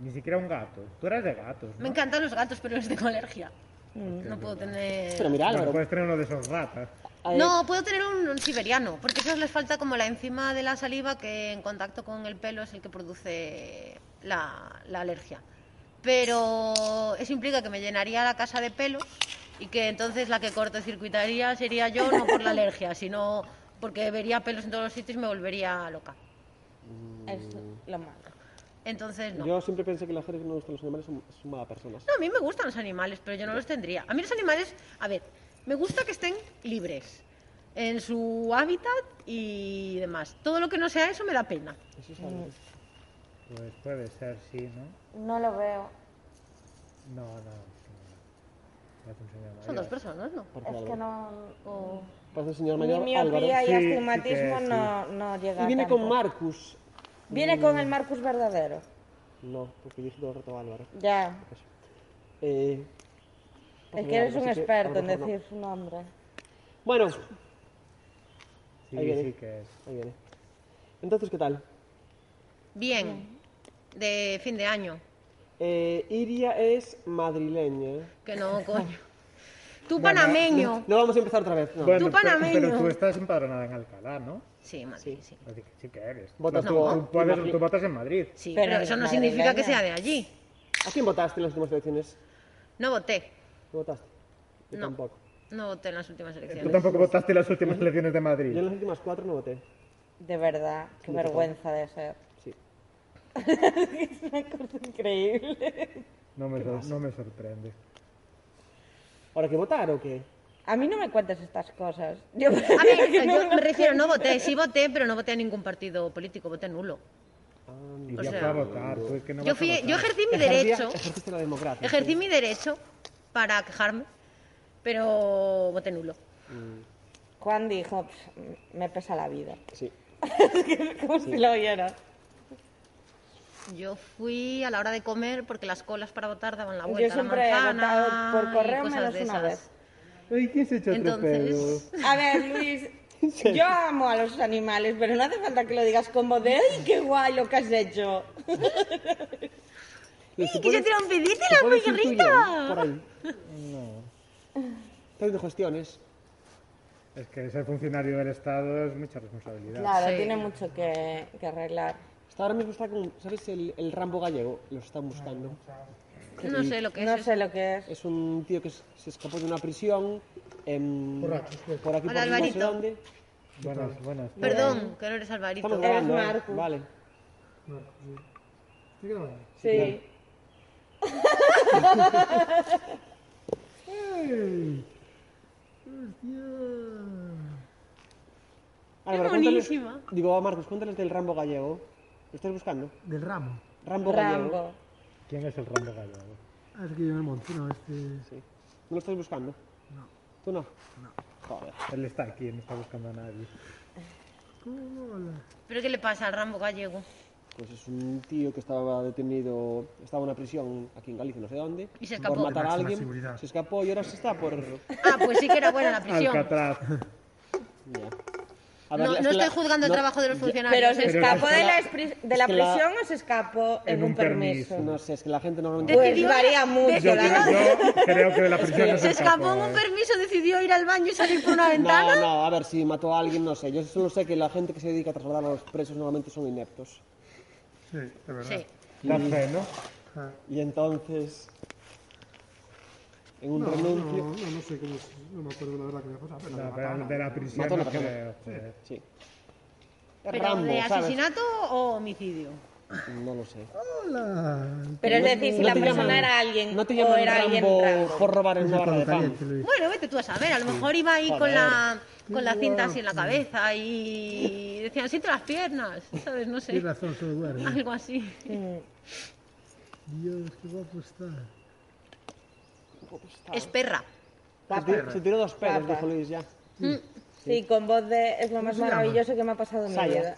Ni siquiera un gato. Tú eras de gatos, me ¿no? encantan los gatos, pero les tengo alergia. No puedo Pero tener. mira, Bueno, Álvaro. puedes tener uno de esos ratas. a- No, puedo tener un, un siberiano, porque a esos les falta como la enzima de la saliva que en contacto con el pelo es el que produce la, la alergia. Pero eso implica que me llenaría la casa de pelos y que entonces la que cortocircuitaría sería yo, no por la alergia, sino porque vería pelos en todos los sitios y me volvería loca. Es lo malo. Entonces, no. Yo siempre pensé que la gente que no le gustan los animales son, son malas personas. No, a mí me gustan los animales, pero yo no los tendría. A mí los animales, a ver, me gusta que estén libres en su hábitat y demás. Todo lo que no sea eso me da pena. Eso Mm, es algo. Pues puede ser, sí, ¿no? No lo veo. No, no. no. Ya te enseñaré. Son dos personas, ¿no? Porque Es que Álvaro. no. Mm, Parece el señor Mi mayor Álvaro. miopía Sí, y sí que astigmatismo sí. no, no llega. Y viene con tanto. Marcus. Viene con el Marcus verdadero. No, porque dije todo el rato Álvaro. Ya. Eh, pues Es que mira, eres no un sé qué- experto en a lo mejor no. decir su nombre. Bueno, Ahí Sí, viene. sí que es. ahí viene. Entonces, ¿qué tal? Bien, de fin de año, Eh, Iria es madrileña. que no, coño. Tú panameño. No vamos a empezar otra vez. No. Bueno, Tú pero- panameño. Pero, tú estás empadronada en Alcalá, ¿no? Sí, Madrid, sí. Así que sí que eres. Votas Tú- tú, tú, ¿no? puedes- tú votas en Madrid. Sí, Pero pero, eso no eres significa que madrileña. sea de allí. ¿A quién votaste en las últimas elecciones? No voté, ¿No votaste? Yo No. tampoco. no voté en las últimas Tú elecciones. tampoco votaste en las últimas elecciones de Yo en Madrid. las últimas cuatro no voté. De verdad, qué Me tocó. vergüenza de ser. Sí. es una cosa increíble. No me, sor- no me sorprende. ¿Ahora que votar o qué? A mí no me cuentes estas cosas. Yo A ver, yo me refiero, no voté, sí voté, pero no voté a ningún partido político, voté nulo. Y Mm. O ya sea, fue a votar, tú es que no yo vas a fui- votar. yo ejercí mi derecho. Ejerciste la democracia. Ejercí mi derecho para quejarme, pero voté nulo. Juan dijo, "Pff, me pesa la vida. Sí. Como si lo oyeras. Yo fui a la hora de comer porque las colas para votar daban la Yo vuelta siempre a he la manzana votado por y correo cosas menos de una esas. vez. Ay, ¿quién se echó Entonces- otro pedo? A ver, Luis, yo amo a los animales, pero no hace falta que lo digas como de ¡ay, qué guay lo que has hecho! Luis, ¿te Y yo puedes- tiré un pedito te y la puedes ir tú y yo, Por perrita. ahí. Estás de gestiones. Es que ser funcionario del Estado es mucha responsabilidad. Claro, Sí. tiene mucho que, que arreglar. Hasta ahora mismo está con, ¿sabes? El, el Rambo gallego. Lo están buscando. No sé lo que es. No eso. sé lo que es. Es un tío que s- se escapó de una prisión. em, Borracho, sí. por aquí, por Hola, aquí, no sé Alvarito. dónde. Buenas, buenas. Perdón, que no eres Alvarito. Estamos Eres grabando, ¿eh? Marco. Vale. Sí. Álvaro, cuéntales- buenísima. Digo, a Marcos, cuéntales del Rambo gallego. ¿Lo estás buscando? Del ramo. Rambo, gallego. Rambo. ¿Quién es el Rambo Gallego? Ah, es que yo me monté, no, este. Sí. ¿No lo estás buscando? No. ¿Tú no? No. Joder. Él está aquí, no está buscando a nadie. Hola. ¿Pero qué le pasa al Rambo Gallego? Pues es un tío que estaba detenido, estaba en una prisión aquí en Galicia, no sé dónde. Y se escapó. Por matar a Máxima alguien. seguridad. Se escapó y ahora se está por. Ah, pues sí que era buena la prisión. Alcatraz. Ya. A ver, No, es no que la- estoy juzgando el no- trabajo de los Pero funcionarios. se ¿eh? escapó de la, espri- de la es que la- prisión o se escapó en, un permiso. No sé, es que la gente normalmente. Pues Decidió- varía mucho, Yo, la decidió- verdad. creo, yo creo que de la prisión no Se escapó en escapó, un ¿eh? permiso, decidió ir al baño y salir por una No, ventana. no, a ver si mató a alguien, no sé. Yo solo sé que la gente que se dedica a trasladar a los presos normalmente son ineptos. Sí, de verdad. Sí. Da fe, ¿no? Ah, Y entonces. En un No, renuncio. no, no, no sé cómo es. No me acuerdo la verdad que me pasa. Pero la No, pero mataron. de la prisión Mató a no una persona. creo. eh. joder. Sí. Es ¿Pero Rambo, de ¿sabes? asesinato o homicidio? No lo sé. Hola. Pero es decir, si No la te persona llaman- era alguien No te o llaman era alguien Rambo Rambo. por robar en una barra de pan. Caliente, Luis. Bueno, vete tú a saber, a lo mejor iba ahí con la, con la cinta así en la cabeza y decían, siento las piernas, ¿sabes? No sé, Tienes razón, solo duerme. algo así. Dios, qué guapo está. Es perra. Se tiró- Se tiró dos pelos, Papa. dijo Luis ya. Sí, con voz de es lo más se llama? maravilloso que me ha pasado en mi Saya. vida.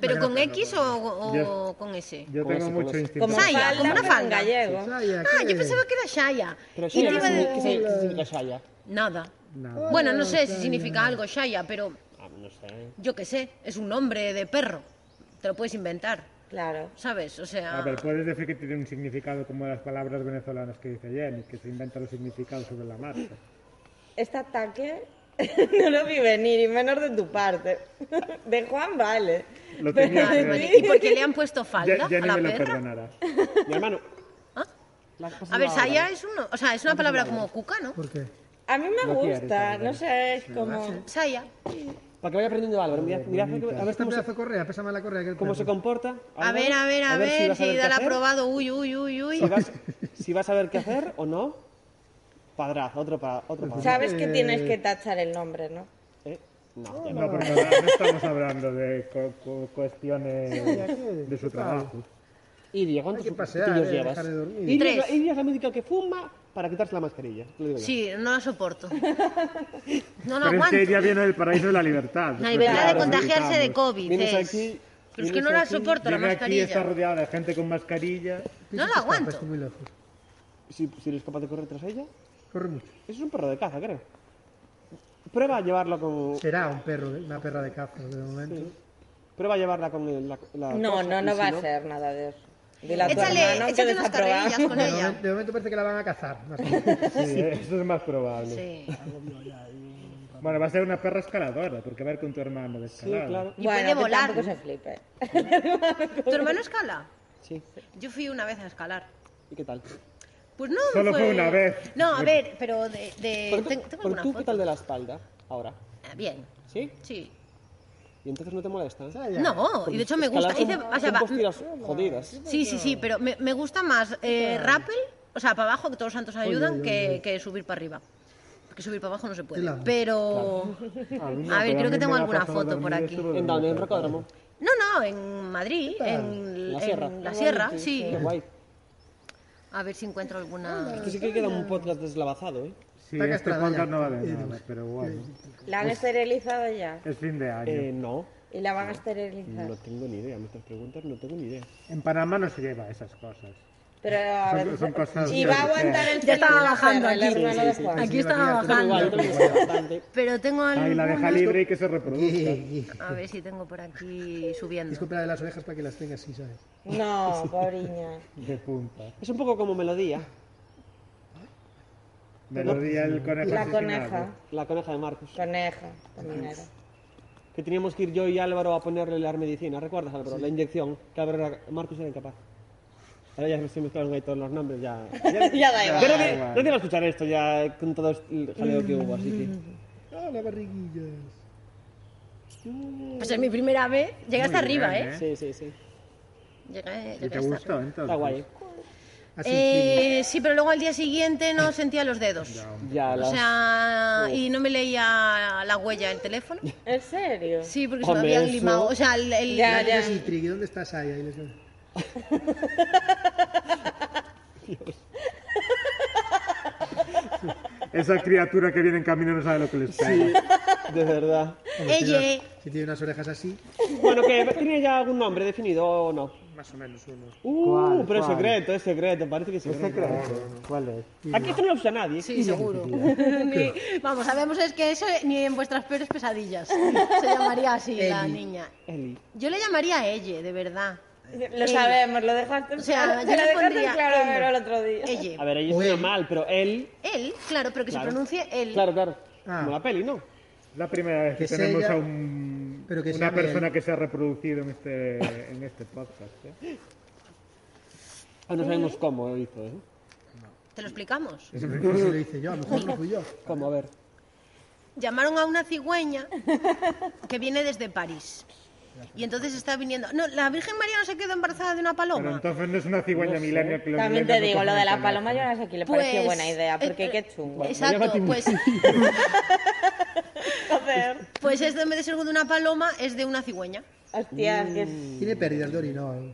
¿Pero con X o, o Yo- con S? Yo tengo Con ese, con mucho ese. instinto. Como Saya, falda, como una pero en falda. gallego. Saya, Ah, ¿qué? yo pensaba que era Shaya. Pero Y Shaya, te iba a ¿qué signi- ¿qué decir- signi- qué significa Shaya? Nada. Nada. Bueno, no sé si significa algo Shaya, pero Ah, no sé. yo qué sé, es un nombre de perro. Te lo puedes inventar, Claro. ¿sabes? O sea... A ver, pues, puedes decir que tiene un significado como las palabras venezolanas que dice Jenny, que se inventa los significados sobre la marcha. Este ataque no lo vi venir, y menos de tu parte. De Juan vale. Lo Pero tenía Ay, de que- ti- vale. ¿Y por qué le han puesto Ye- falda Jenny a me lo la perra? perdonará. Mi hermano. La has ¿Ah? A pasado ver, ahora. Saya es, uno, o sea, es una palabra como cuca, ¿no? ¿Por qué? A mí me No quiere, gusta, tal no vez. sé, es como... Saya. Para que vaya aprendiendo Álvaro. Mira, mira a ver Este cómo pedazo se, de correa, pesa más la correa que el cómo se perro. comporta. A Álvaro. ver, a ver, a va ver, saber si qué da la hacer, aprobado, uy, uy, uy, uy. Si vas, si vas a ver qué hacer o no. Padraz, otro, pa, otro padraz. Sabes que tienes que tachar el nombre, ¿no? Eh, No, ya No, no. porque ahora no estamos hablando de cu- cu- cuestiones de su trabajo. Y Diego, ¿cuántos que pasear, cutillos eh, llevas? dejar de dormir. Y Diego, Tres. y Diego es la música que fuma para quitarse la mascarilla. te lo digo yo. Sí, no la soporto. No la Pero es aguanto. que ella viene del paraíso de la libertad. La libertad de Claro, contagiarse de COVID. Vienes es. aquí, Pero es que vienes no la aquí, soporto, la Viene aquí, está mascarilla. rodeada de gente con mascarilla. No la Está, aguanto. Está muy lejos. Si, si eres capaz de correr tras ella. Corre mucho. Es un perro de caza, creo. Prueba a llevarlo con. Será un perro, de- una perra de caza de momento. Prueba a llevarla con el- la, la No, cosa, no, y no si va a ser nada de eso. Dile a tu hermano Échale, que échate unas desaprobado. carrerillas con De, ella. momen- de momento parece que la van a cazar. más o menos. Sí, eso es más probable. Sí. Bueno, va a ser una perra escaladora, porque va a ir con tu hermano de Sí, escalada. claro. Y Bueno, puede que volar. tampoco se flipe. ¿Tu hermano escala? Sí. Yo fui una vez a escalar. ¿Y qué tal? Pues no, Solo me fue una vez. No, a ver, pero de. de- Pero tú- ten- Eh, Tengo pero alguna tú, ¿qué tal foto. de la espalda ahora? Ah, Bien, ¿Sí? sí. Y entonces no te molesta. No, y de hecho me gusta. Hice- o sea, va- posturas jodidas. Sí, sí, sí, pero me, me gusta más eh, rappel, o sea, para abajo, que todos los santos Oye, ayudan, oye, que, oye. que subir para arriba. Porque subir para abajo no se puede. Claro. Pero. Ah, Claro. A ver, creo que tengo alguna foto por aquí. ¿En dónde? ¿En Rocódromo? No, no, en Madrid, en La sierra. en la sierra, sí. Qué guay. A ver si encuentro alguna. Esto sí que queda un podcast deslavazado, ¿eh? Sí, este podcast no vale nada, pero bueno. ¿La han Pues- esterilizado ya? Es fin de año. Eh, no. ¿Y la van a esterilizar? No tengo ni idea, me estás preguntando, no tengo ni idea. En Panamá no se lleva esas cosas. Pero a Son- ver, son cosas y que- va a aguantar el Ya estaba pelín, bajando el aquí. hermano de Sí, sí, Juan. sí, Aquí sí, estaba imagínate. bajando. Igual, yo creo que es bastante. Pero tengo Ahí la deja algunas- libre y que se reproduzca. A ver si tengo por aquí subiendo. Disculpa de las orejas para que las tengas, sí, ¿sabes? No, pobriña. De punta. Es un poco como melodía. Melodía el conejo. La asesinado. coneja. La coneja de Marcos. Coneja, también era. Que teníamos que ir yo y Álvaro a ponerle la medicina. ¿Recuerdas, Álvaro? La inyección. Que Álvaro era- Marcos era incapaz. Ahora ya se mezclaron ahí todos los nombres. Ya, Ya da igual. Ya nadie- nadie va a escuchar esto ya con todo el jaleo que hubo, así que... Ah, la barriguilla. Pues es mi primera vez. Llegué hasta Muy bien, arriba, ¿eh? Sí, sí, sí. Llegué, ¿Y llegué te Ah, hasta gustó arriba. entonces? Está guay. Eh, sí, pero luego al día siguiente no sentía los dedos. Ya, O las- sea, Oh. y no me leía la huella del teléfono. ¿En serio? Sí, porque se Hombre, me habían eso- limado. O sea, el. el- Ya, ya. el triqui, ¿dónde estás ahí? Ahí les... Esa criatura que viene en camino no sabe lo que le espera. de verdad. Hombre, si tiene- Si tiene unas orejas así. Bueno, que tenía ya algún nombre definido o no. Más o menos uno. Uh, ¿Cuál, cuál? pero es secreto, es secreto, parece que es secreto. ¿Cuál es? Aquí esto no lo usa nadie. Sí, seguro. Ni- vamos, sabemos es que eso ni en vuestras peores pesadillas se llamaría así la Eli. niña. Eli. Yo le llamaría Ella, de verdad. Lo sabemos, lo dejaste en O sea, claro, yo te le lo dejaste pondría en claro Ella. pero el otro día. Ella. A ver, ahí es normal, pero él... Él, claro, pero que Claro. se pronuncie él. Claro, claro. Ah. Como la peli, ¿no? La primera vez que, Que sea tenemos ella, a un- pero que sea una bien. persona que se ha reproducido en este, en este podcast. ¿eh? Ah, no sabemos cómo lo hizo, ¿eh? ¿Te lo explicamos? Eso lo hice yo, a lo mejor Mira. no fui yo. ¿Cómo? A ver. Llamaron a una cigüeña que viene desde París. Y entonces está viniendo. No, la Virgen María no se quedó embarazada de una Pero paloma. entonces no es una cigüeña No sé. milenia que los También te milenios no digo, lo de la comen paloma yo no sé quién le Pues, pareció buena idea, porque eh, qué chungo. Exacto, pues, Joder, pues esto en vez de ser de una paloma es de una cigüeña. hostias, que Mm. es- Tiene pérdidas de orinoco.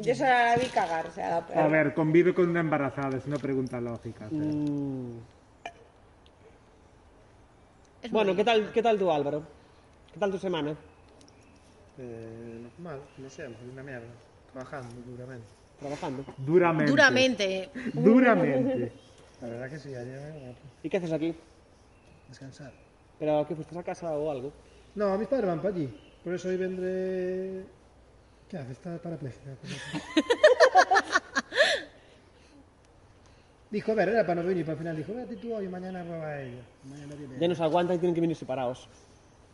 Yo solo la vi cagar, o sea, la A ver, convive con una embarazada, es una pregunta lógica. hacer. Mm. Mm. Bueno, ¿qué tal, ¿qué tal tú, Álvaro? ¿Qué tal tu semana? Eh, mal, no sé, una mierda. Trabajando duramente. Trabajando. Duramente. Duramente. Duramente. La verdad que sí, ayer. ¿Y qué haces aquí? Descansar. ¿Pero que fuiste a casa o algo? No, mis padres van para allí. Por eso hoy vendré. ¿Qué hace? Está parapléjica. pues eso. dijo, a ver, era para no venir, para el final dijo, vete tú hoy, mañana va ella. Mañana viene Ya nos aguanta y tienen que venir separados.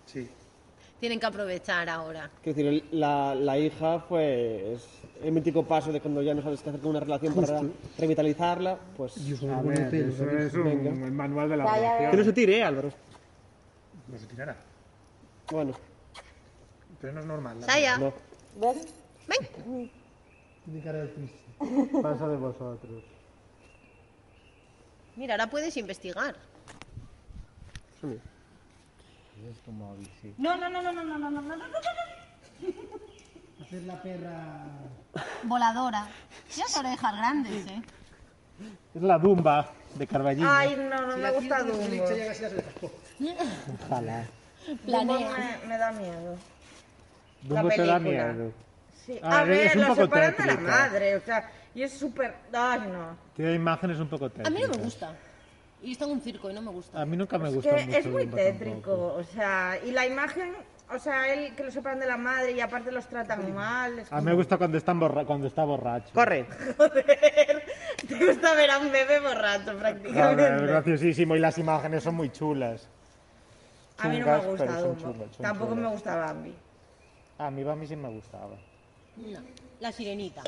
Sí. Tienen que aprovechar ahora. Quiero decir, el- la, la hija fue es el mítico paso de cuando ya no sabes qué hacer con una relación para Justo. revitalizarla, pues... A ver, eso es un, Venga. el manual de la Vaya, vaya. relación. Que no se tire, ¿eh, Álvaro? No se tirará. Bueno. Pero no es normal. la Saya. verdad. Ven. Ni cara de triste. Pasa de vosotros. Mira, ahora puedes investigar. Es como bici. No, no, no, no, no, no, no, no, no, no, no. Hacer la perra. Voladora. Tienes orejas grandes, ¿eh? Es la dumba de Carballín. Ah, Ay, no, no Sí, me aquí gusta el Dumbo. Felix llega así a las orejas. ¡pum! Ojalá. Dumbo Planea. me, me da miedo. Dumbo La te da película. miedo. Sí. A A, ver, ver, es un lo poco separan de la tétrica. madre, o sea, y es súper... Ay, no. Tiene imágenes un poco A mí no tétricas. me gusta. Y está en un circo y no me gusta. A mí nunca me Es gustó mucho que es muy Dumbo tétrico, tampoco. o sea, y la imagen, o sea, él que lo separan de la madre y aparte los tratan mal. es A mí me como- gusta cuando, están borra- cuando está borracho. Corre. Te gusta ver a un bebé borracho Joder, prácticamente. graciosísimo. Y las imágenes son muy chulas. A mí no me Chungas, pero gusta son Dumbo. chulas, son Tampoco me chulas. gusta Bambi. A mí Bambi sí me gustaba. No. La sirenita.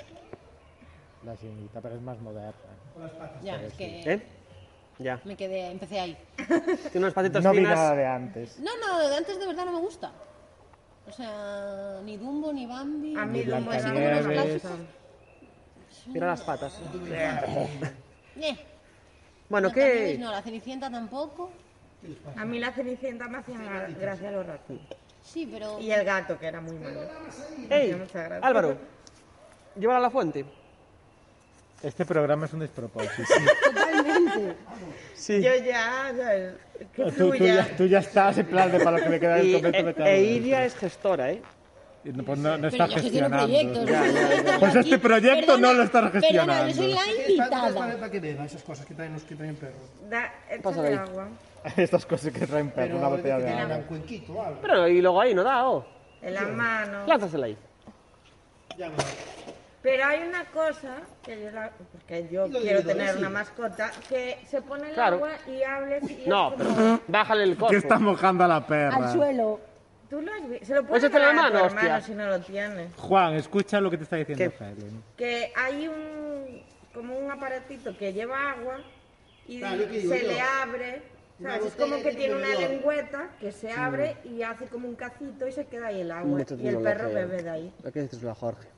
La sirenita, pero es más moderna. Ya, es que. ¿Eh? Ya. Me quedé, empecé ahí. Tiene unas patitas No vi finas. nada de antes. No, no, antes de verdad no me gusta. O sea, ni Dumbo, ni Bambi. A mí ni Dumbo así era como los muy clásicos. Mira las patas. Eh, bueno, no, Blancanieves ¿qué? No, la Cenicienta tampoco. A mí la cenicienta me hacía gra- gracia los ratones. Sí, pero... Y el gato, que era muy malo. ¡Ey! Muchas gracias. Álvaro, llévala a la fuente. Este programa es un despropósito. Totalmente. Sí. Yo ya, ¿sabes? Que tú, tú fluya. ya, tú ya estás en plan de para lo que me queda Y, el e, convento me cago e en el- Iria es gestora, ¿eh? Y no, pues no, Pero no está yo gestiono gestionando. proyectos. Ya, yo ya, ya. estoy Pues aquí. este proyecto Perdona, no lo estás Perdona, gestionando. yo soy la Para, para, invitada. para que beba esas cosas que traen los que traen perros. Da, échale Pásale ahí. agua. Estas cosas que traen perro, Pero una botella que de tengan agua. un cuenquito o algo. Pero y luego ahí no da, oh. En la mano. Lánzasela ahí. Ya me Pero hay una cosa que yo, la- porque yo Lo quiero digo, tener sí. una mascota que se pone el Claro. agua y hables y es No, como- pero bájale el ¿Qué costo. está mojando a la perra? suelo. Tú lo has visto. Se lo Pues puedes échale dar a mano, tu hostia. hermano si no lo tienes. Juan, escucha lo que te está diciendo ¿Qué? Helen. Que hay un como un aparatito que lleva agua y Claro, lo que digo se yo. le abre. Una ¿sabes? Es botella como que que tiene tiene una bebedor. lengüeta que se abre y hace como un cacito y se queda ahí el agua. Métetelo Y el en perro la bebe de ahí. Hay que decírselo a Jorge.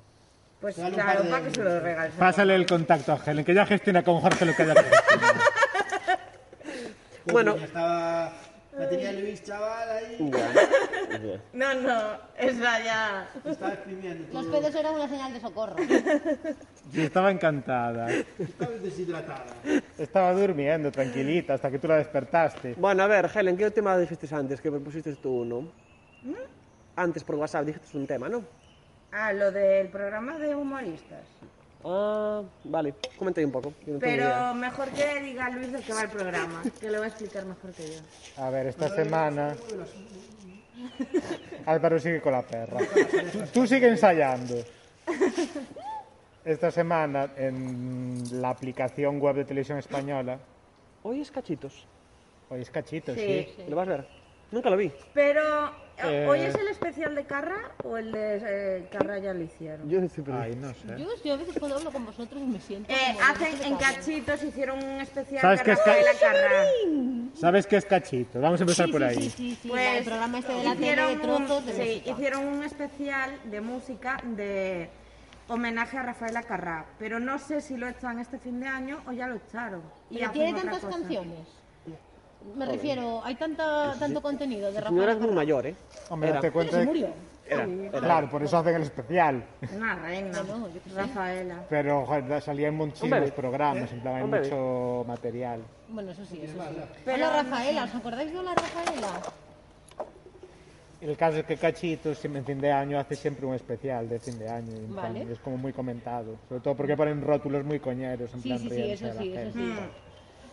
Pues Dale un claro, par de- para que se lo regales. Pásale el contacto a Helen, que ya gestiona con Jorge lo que haya que gestionar. Bueno. Ya estaba. La tenía Luis Chaval ahí. No, no, esa ya. Estaba exprimiendo Los todo. pedos eran una señal de socorro. Y estaba encantada. Estaba deshidratada. Estaba durmiendo, tranquilita, hasta que tú la despertaste. Bueno, a ver, Helen, ¿qué tema dijiste antes? Que propusiste tú uno. ¿Mm? Antes por WhatsApp dijiste un tema, ¿no? Ah, lo del programa de humoristas. Ah, vale. Comenta ahí un poco. que no tengo idea. Pero mejor que diga Luis de qué va el programa, que lo va a explicar mejor que yo. A ver, esta semana. Álvaro sigue con la perra. Tú, tú sigue ensayando. Esta semana, en la aplicación web de televisión española. Hoy es cachitos. Hoy es cachito, sí. Sí. ¿Lo vas a ver? Nunca lo vi. Pero, Eh. ¿hoy es el especial de Carra o el de eh, Carra ya lo hicieron? Yo siempre. Ay, no sé. Yo, yo a veces cuando hablo con vosotros me siento. Eh, como hacen de en Rafael. cachitos, hicieron un especial ¿Sabes de qué es Rafaela ca- Carrá. ¿Sabes qué es cachito? Vamos a empezar Sí, por sí, ahí. Sí, sí, sí. Pues, el programa este de la tele de hicieron trozos un, de sí, música. hicieron un especial de música de homenaje a Rafaela Carrá, pero no sé si lo echan este fin de año o ya lo echaron. Y Pero hacen tiene otra tantas cosa. canciones. Me refiero, hay Pues tanta, tanto contenido de No eras Rafael. muy mayor, ¿eh? Hombre, Era. date cuenta. Se de- murió. Era. Claro, por eso hacen el especial. Una reina, No, yo qué sé. Rafaela. Pero joder, salía en muchísimos Hombre. programas, en plan, hay Hombre. mucho material. Bueno, eso sí, eso sí. Pero Rafaela, ¿os acordáis de la Rafaela? El caso es que Cachito siempre en fin de año hace siempre un especial de fin de año. en plan, Vale. Es como muy comentado. Sobre todo porque ponen rótulos muy coñeros. En Sí, plan sí, sí, riéndose eso de la sí, eso gente. sí. Mm.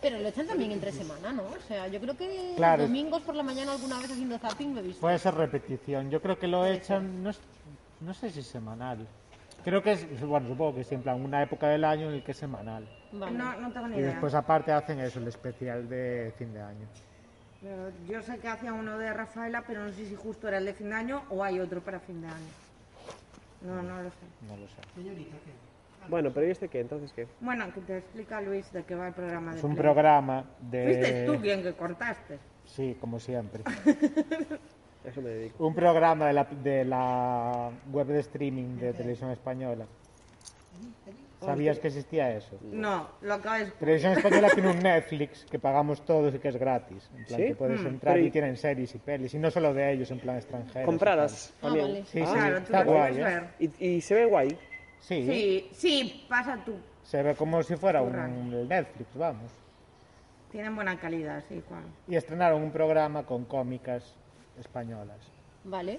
Pero lo echan también entre semana, ¿no? O sea, yo creo que Claro. domingos por la mañana alguna vez haciendo zapping lo he visto. Puede ser repetición. Yo creo que lo echan, no, es- no sé si semanal. Creo que es, bueno, supongo que es en plan una época del año en el que es semanal. Vale. No, no tengo ni Y idea. después aparte hacen eso, el especial de fin de año. Pero yo sé que hacía uno de Rafaela, pero no sé si justo era el de fin de año o hay otro para fin de año. No, no lo sé. No lo sé. Bueno, pero ¿y este qué? Entonces qué. Bueno, que te explica Luis de qué va el programa de Es un Play. programa de... Fuiste tú quien que cortaste. Sí, como siempre. A Eso me dedico. un programa de la, de la web de streaming de televisión española. ¿Sabías que existía eso? No, lo acabas. Televisión española tiene un Netflix que pagamos todos y que es gratis. En plan ¿Sí? que puedes Mm, entrar pero y y- tienen series y pelis, y no solo de ellos, en plan extranjeros. Compradas Ah, también. vale. Sí, sí, Claro, tú está lo puedes guay, ¿eh? ver. ¿Y, y se ve guay. Sí, Sí, sí, pasa tú. se ve como si fuera Curran. un Netflix, vamos. Tienen buena calidad, sí, Juan. Y estrenaron un programa con cómicas españolas. Vale.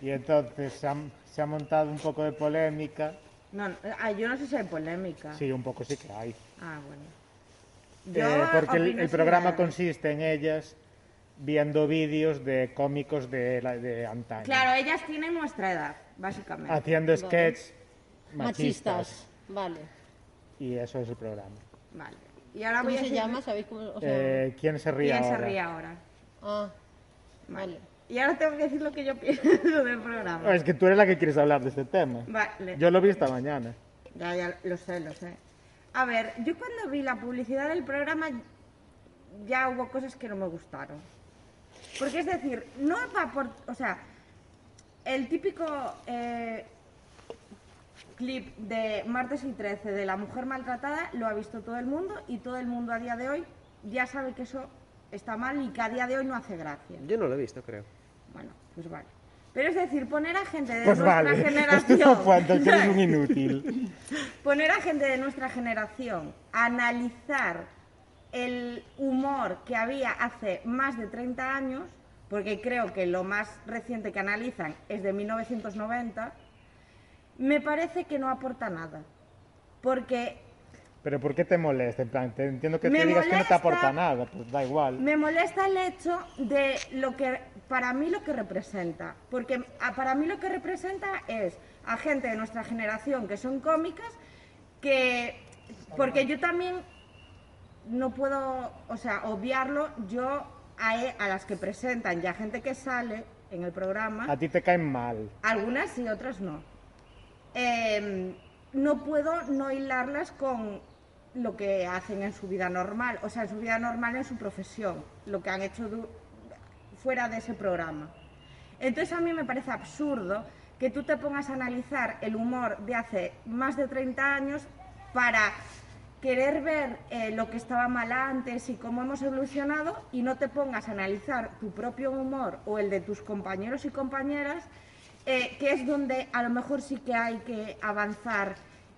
Y entonces se ha, se ha montado un poco de polémica. No, no, ah, yo no sé si hay polémica. Sí, un poco sí que hay. Ah, bueno. Eh, porque el, opino el programa similar. consiste en ellas viendo vídeos de cómicos de, la- de antaño. Claro, ellas tienen nuestra edad, básicamente. Haciendo sketches machistas. Machistas. Vale. Y eso es el programa. Vale. Y ahora Ah, voy ¿Cómo a se decir- llama? ¿Sabéis cómo? O sea, Eh, ¿Quién se ríe ¿Quién ahora? se ríe ahora? Ah, vale. Y ahora tengo que decir lo que yo pienso del No, programa. es que tú eres la que quieres hablar de este tema. Vale. Yo lo vi esta mañana. Ya, ya, lo sé, lo sé. A ver, yo cuando vi la publicidad del programa, ya hubo cosas que no me gustaron. Porque es decir, no va por. O sea, el típico eh, clip de martes y 13 de la mujer maltratada lo ha visto todo el mundo y todo el mundo a día de hoy ya sabe que eso está mal y que a día de hoy no hace gracia. Yo no lo he visto, creo. Bueno, pues vale. Pero es decir, poner a gente de Pues nuestra vale, generación. hostia, Juan, que eres un inútil. Poner a gente de nuestra generación a analizar el humor que había hace más de 30 años, porque creo que lo más reciente que analizan es de 1990, me parece que no aporta nada. Porque Pero ¿por qué te molesta? En plan, te entiendo que Me te digas que no te molesta- aporta nada, pues da igual. Me molesta el hecho de lo que, para mí lo que representa, porque a- para mí lo que representa es a gente de nuestra generación que son cómicas, que, porque yo también no puedo, o sea, obviarlo, yo a, e- a las que presentan y a gente que sale en el programa, A ti te caen mal. algunas sí, otras no. Em, no puedo no hilarlas con lo que hacen en su vida normal, o sea, en su vida normal, en su profesión, lo que han hecho du- fuera de ese programa. Entonces a mí me parece absurdo que tú te pongas a analizar el humor de hace más de 30 años para querer ver eh, lo que estaba mal antes y cómo hemos evolucionado y no te pongas a analizar tu propio humor o el de tus compañeros y compañeras, eh, que es donde a lo mejor sí que hay que avanzar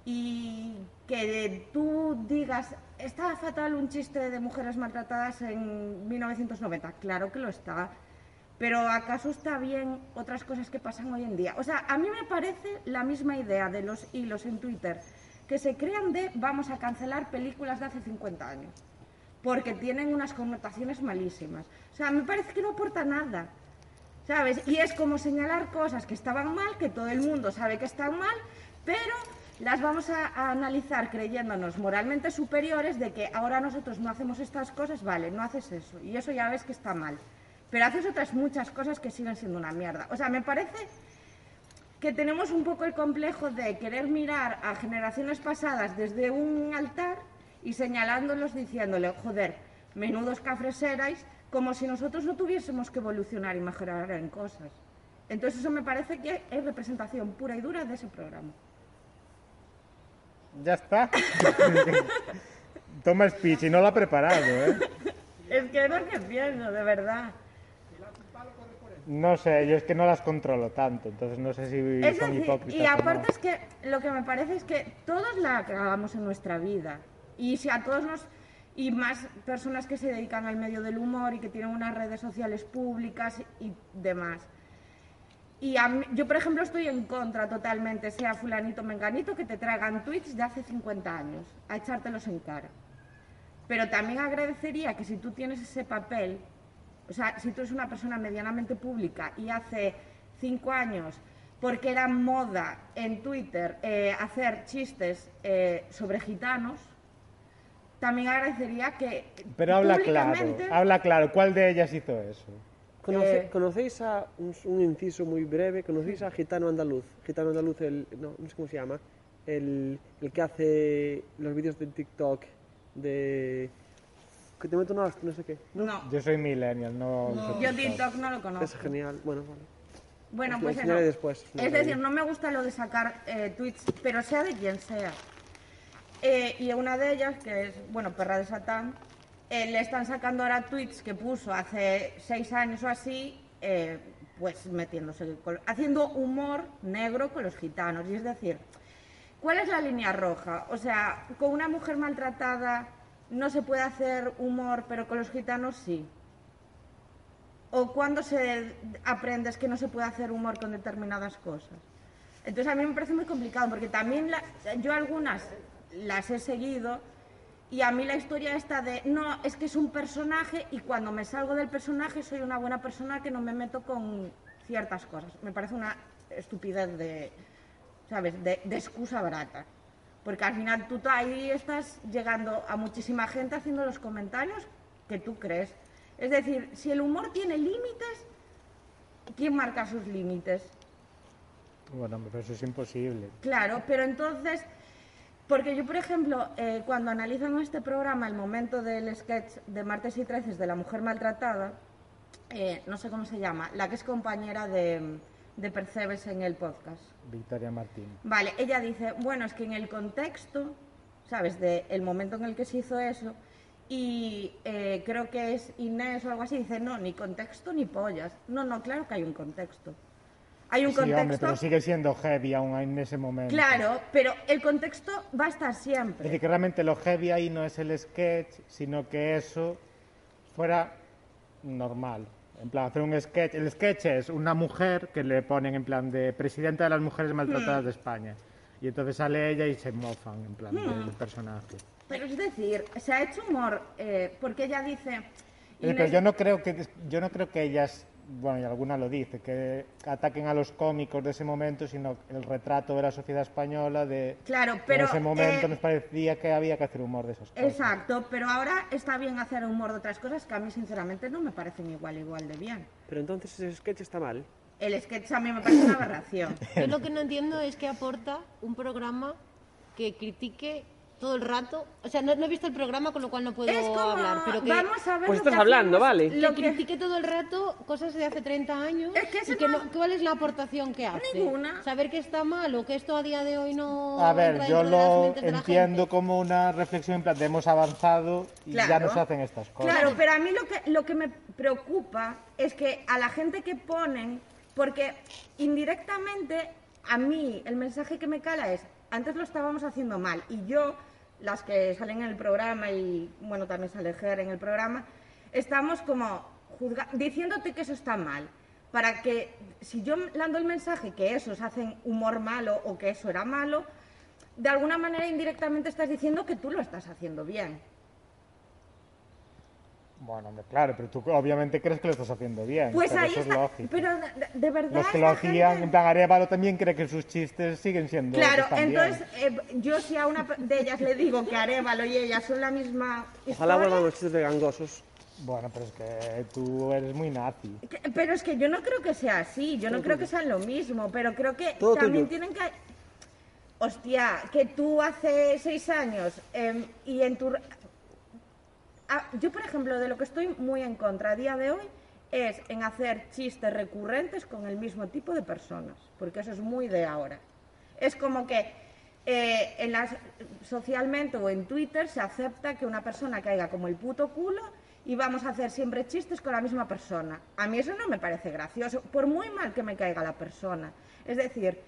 y que tú digas, está fatal un chiste de mujeres maltratadas en 1990, claro que lo está, pero ¿acaso está bien otras cosas que pasan hoy en día? O sea, a mí me parece la misma idea de los hilos en Twitter que se crean de vamos a cancelar películas de hace 50 años, porque tienen unas connotaciones malísimas. O sea, me parece que no aporta nada, ¿sabes? Y es como señalar cosas que estaban mal, que todo el mundo sabe que están mal, pero las vamos a, a analizar creyéndonos moralmente superiores de que ahora nosotros no hacemos estas cosas, vale, no haces eso, y eso ya ves que está mal pero haces otras muchas cosas que siguen siendo una mierda. O sea, me parece que tenemos un poco el complejo de querer mirar a generaciones pasadas desde un altar y señalándolos diciéndole, joder, menudos cafres erais, como si nosotros no tuviésemos que evolucionar y mejorar en cosas. Entonces eso me parece que es representación pura y dura de ese programa. Ya está. Toma speech y no lo ha preparado, ¿eh? Es que es lo que pienso, de verdad. No sé, yo es que no las controlo tanto, entonces no sé si Es son decir, hipócritas. y o no. aparte es que lo que me parece es que todos la cagamos en nuestra vida. Y si a todos nos... Y más personas que se dedican al medio del humor y que tienen unas redes sociales públicas y demás. Y a mí- yo, por ejemplo, estoy en contra totalmente, sea fulanito o menganito, que te traigan tweets de hace 50 años, a echártelos en cara. Pero también agradecería que si tú tienes ese papel, o sea, si tú eres una persona medianamente pública y hace cinco años, porque era moda en Twitter eh, hacer chistes eh, sobre gitanos, también agradecería que... Pero habla claro, públicamente- habla claro. ¿Cuál de ellas hizo eso? Conoce- Eh. ¿Conocéis a un, un inciso muy breve? ¿Conocéis a Gitano Andaluz? Gitano Andaluz, el, no, no sé cómo se llama, el, el que hace los vídeos de TikTok de. que te meto una hostia, no sé qué. No. Yo soy millennial, no... uso Yo TikTok no lo conozco. Es genial, bueno, vale. Bueno, Os lo pues eso. enseñaré después, es una Es maravilla. decir, no me gusta lo de sacar eh, tweets, pero sea de quien sea. Eh, y una de ellas, que es, bueno, perra de Satán, eh, le están sacando ahora tweets que puso hace seis años o así, eh, pues metiéndose, con- haciendo humor negro con los gitanos. Y es decir, ¿Cuál es la línea roja? O sea, con una mujer maltratada no se puede hacer humor, pero con los gitanos sí. ¿O cuándo se aprendes que no se puede hacer humor con determinadas cosas? Entonces a mí me parece muy complicado, porque también la- yo algunas las he seguido y a mí la historia esta de, no, es que es un personaje y cuando me salgo del personaje soy una buena persona que no me meto con ciertas cosas. Me parece una estupidez de, ¿sabes? De, de excusa barata. Porque al final tú t- ahí estás llegando a muchísima gente haciendo los comentarios que tú crees. Es decir, si el humor tiene límites, ¿quién marca sus límites? Bueno, hombre, pero eso es imposible. Claro, pero entonces Porque yo, por ejemplo, eh, cuando analizo en este programa el momento del sketch de martes y 13 de la mujer maltratada, eh, no sé cómo se llama, la que es compañera de, de Percebes en el podcast. Victoria Martín. Vale, ella dice, bueno, es que en el contexto, ¿sabes? De el momento en el que se hizo eso, y eh, creo que es Inés o algo así, dice, no, ni contexto ni pollas. No, no, claro que hay un contexto. Hay un sí, contexto. hombre, pero sigue siendo heavy aún en ese momento. Claro, pero el contexto va a estar siempre. Es decir, que realmente lo heavy ahí no es el sketch, sino que eso fuera normal. En plan, hacer un sketch. El sketch es una mujer que le ponen en plan de presidenta de las mujeres maltratadas Mm. de España. Y entonces sale ella y se mofan en plan Mm. del personaje. Pero es decir, se ha hecho humor eh, porque ella dice. Eh, pero Inés- yo no creo que yo no creo que ellas, bueno, y alguna lo dice, que ataquen a los cómicos de ese momento, sino el retrato de la sociedad española de Claro, que pero, en ese momento eh, nos parecía que había que hacer humor de esas cosas. Exacto, pero ahora está bien hacer humor de otras cosas que a mí, sinceramente, no me parecen igual, igual de bien. Pero entonces ese sketch está mal. El sketch a mí me parece una aberración. Yo lo que no entiendo es que aporta un programa que critique todo el rato. O sea, no, no he visto el programa, con lo cual no puedo Es como, hablar. Pero que, vamos a ver Pues lo estás que hablando, hacemos, vale. Lo lo que, que- critique todo el rato cosas de hace 30 años. y ese que no- ¿Cuál es la aportación que hace? Ninguna. Saber que está mal o que esto a día de hoy no. A ver, entra yo dentro de las lo mentes de la entiendo como una reflexión en plan de hemos avanzado y ya Claro. nos hacen estas cosas. Claro, pero a mí lo que, lo que me preocupa es que a la gente que ponen, porque indirectamente a mí el mensaje que me cala es, antes lo estábamos haciendo mal y yo, las que salen en el programa y bueno, también sale Ger en el programa, estamos como juzga- diciéndote que eso está mal. Para que si yo dando el mensaje que esos hacen humor malo o que eso era malo, de alguna manera indirectamente estás diciendo que tú lo estás haciendo bien. Bueno, hombre, claro, pero tú obviamente crees que lo estás haciendo bien. Pues pero ahí eso está. es lógico. Pero de, de verdad. Los que lo esta gente- hacían, en plan Arevalo también pues, cree que sus chistes siguen siendo. Claro, están bien. entonces eh, yo si a una de ellas le digo que Arevalo y ella son la misma Ojalá historia, vuelvan los chistes de gangosos. Bueno, pero es que tú eres muy nazi. que- pero es que yo no creo que sea así, yo no Todo creo tuyo. que sean lo mismo, pero creo que Todo también tuyo. tienen que... Hostia, que tú hace seis años em, y en tu... Ah, yo, por ejemplo, de lo que estoy muy en contra a día de hoy es en hacer chistes recurrentes con el mismo tipo de personas, porque eso es muy de ahora. Es como que eh, en las, socialmente o en Twitter se acepta que una persona caiga como el puto culo y vamos a hacer siempre chistes con la misma persona. A mí eso no me parece gracioso, por muy mal que me caiga la persona. Es decir,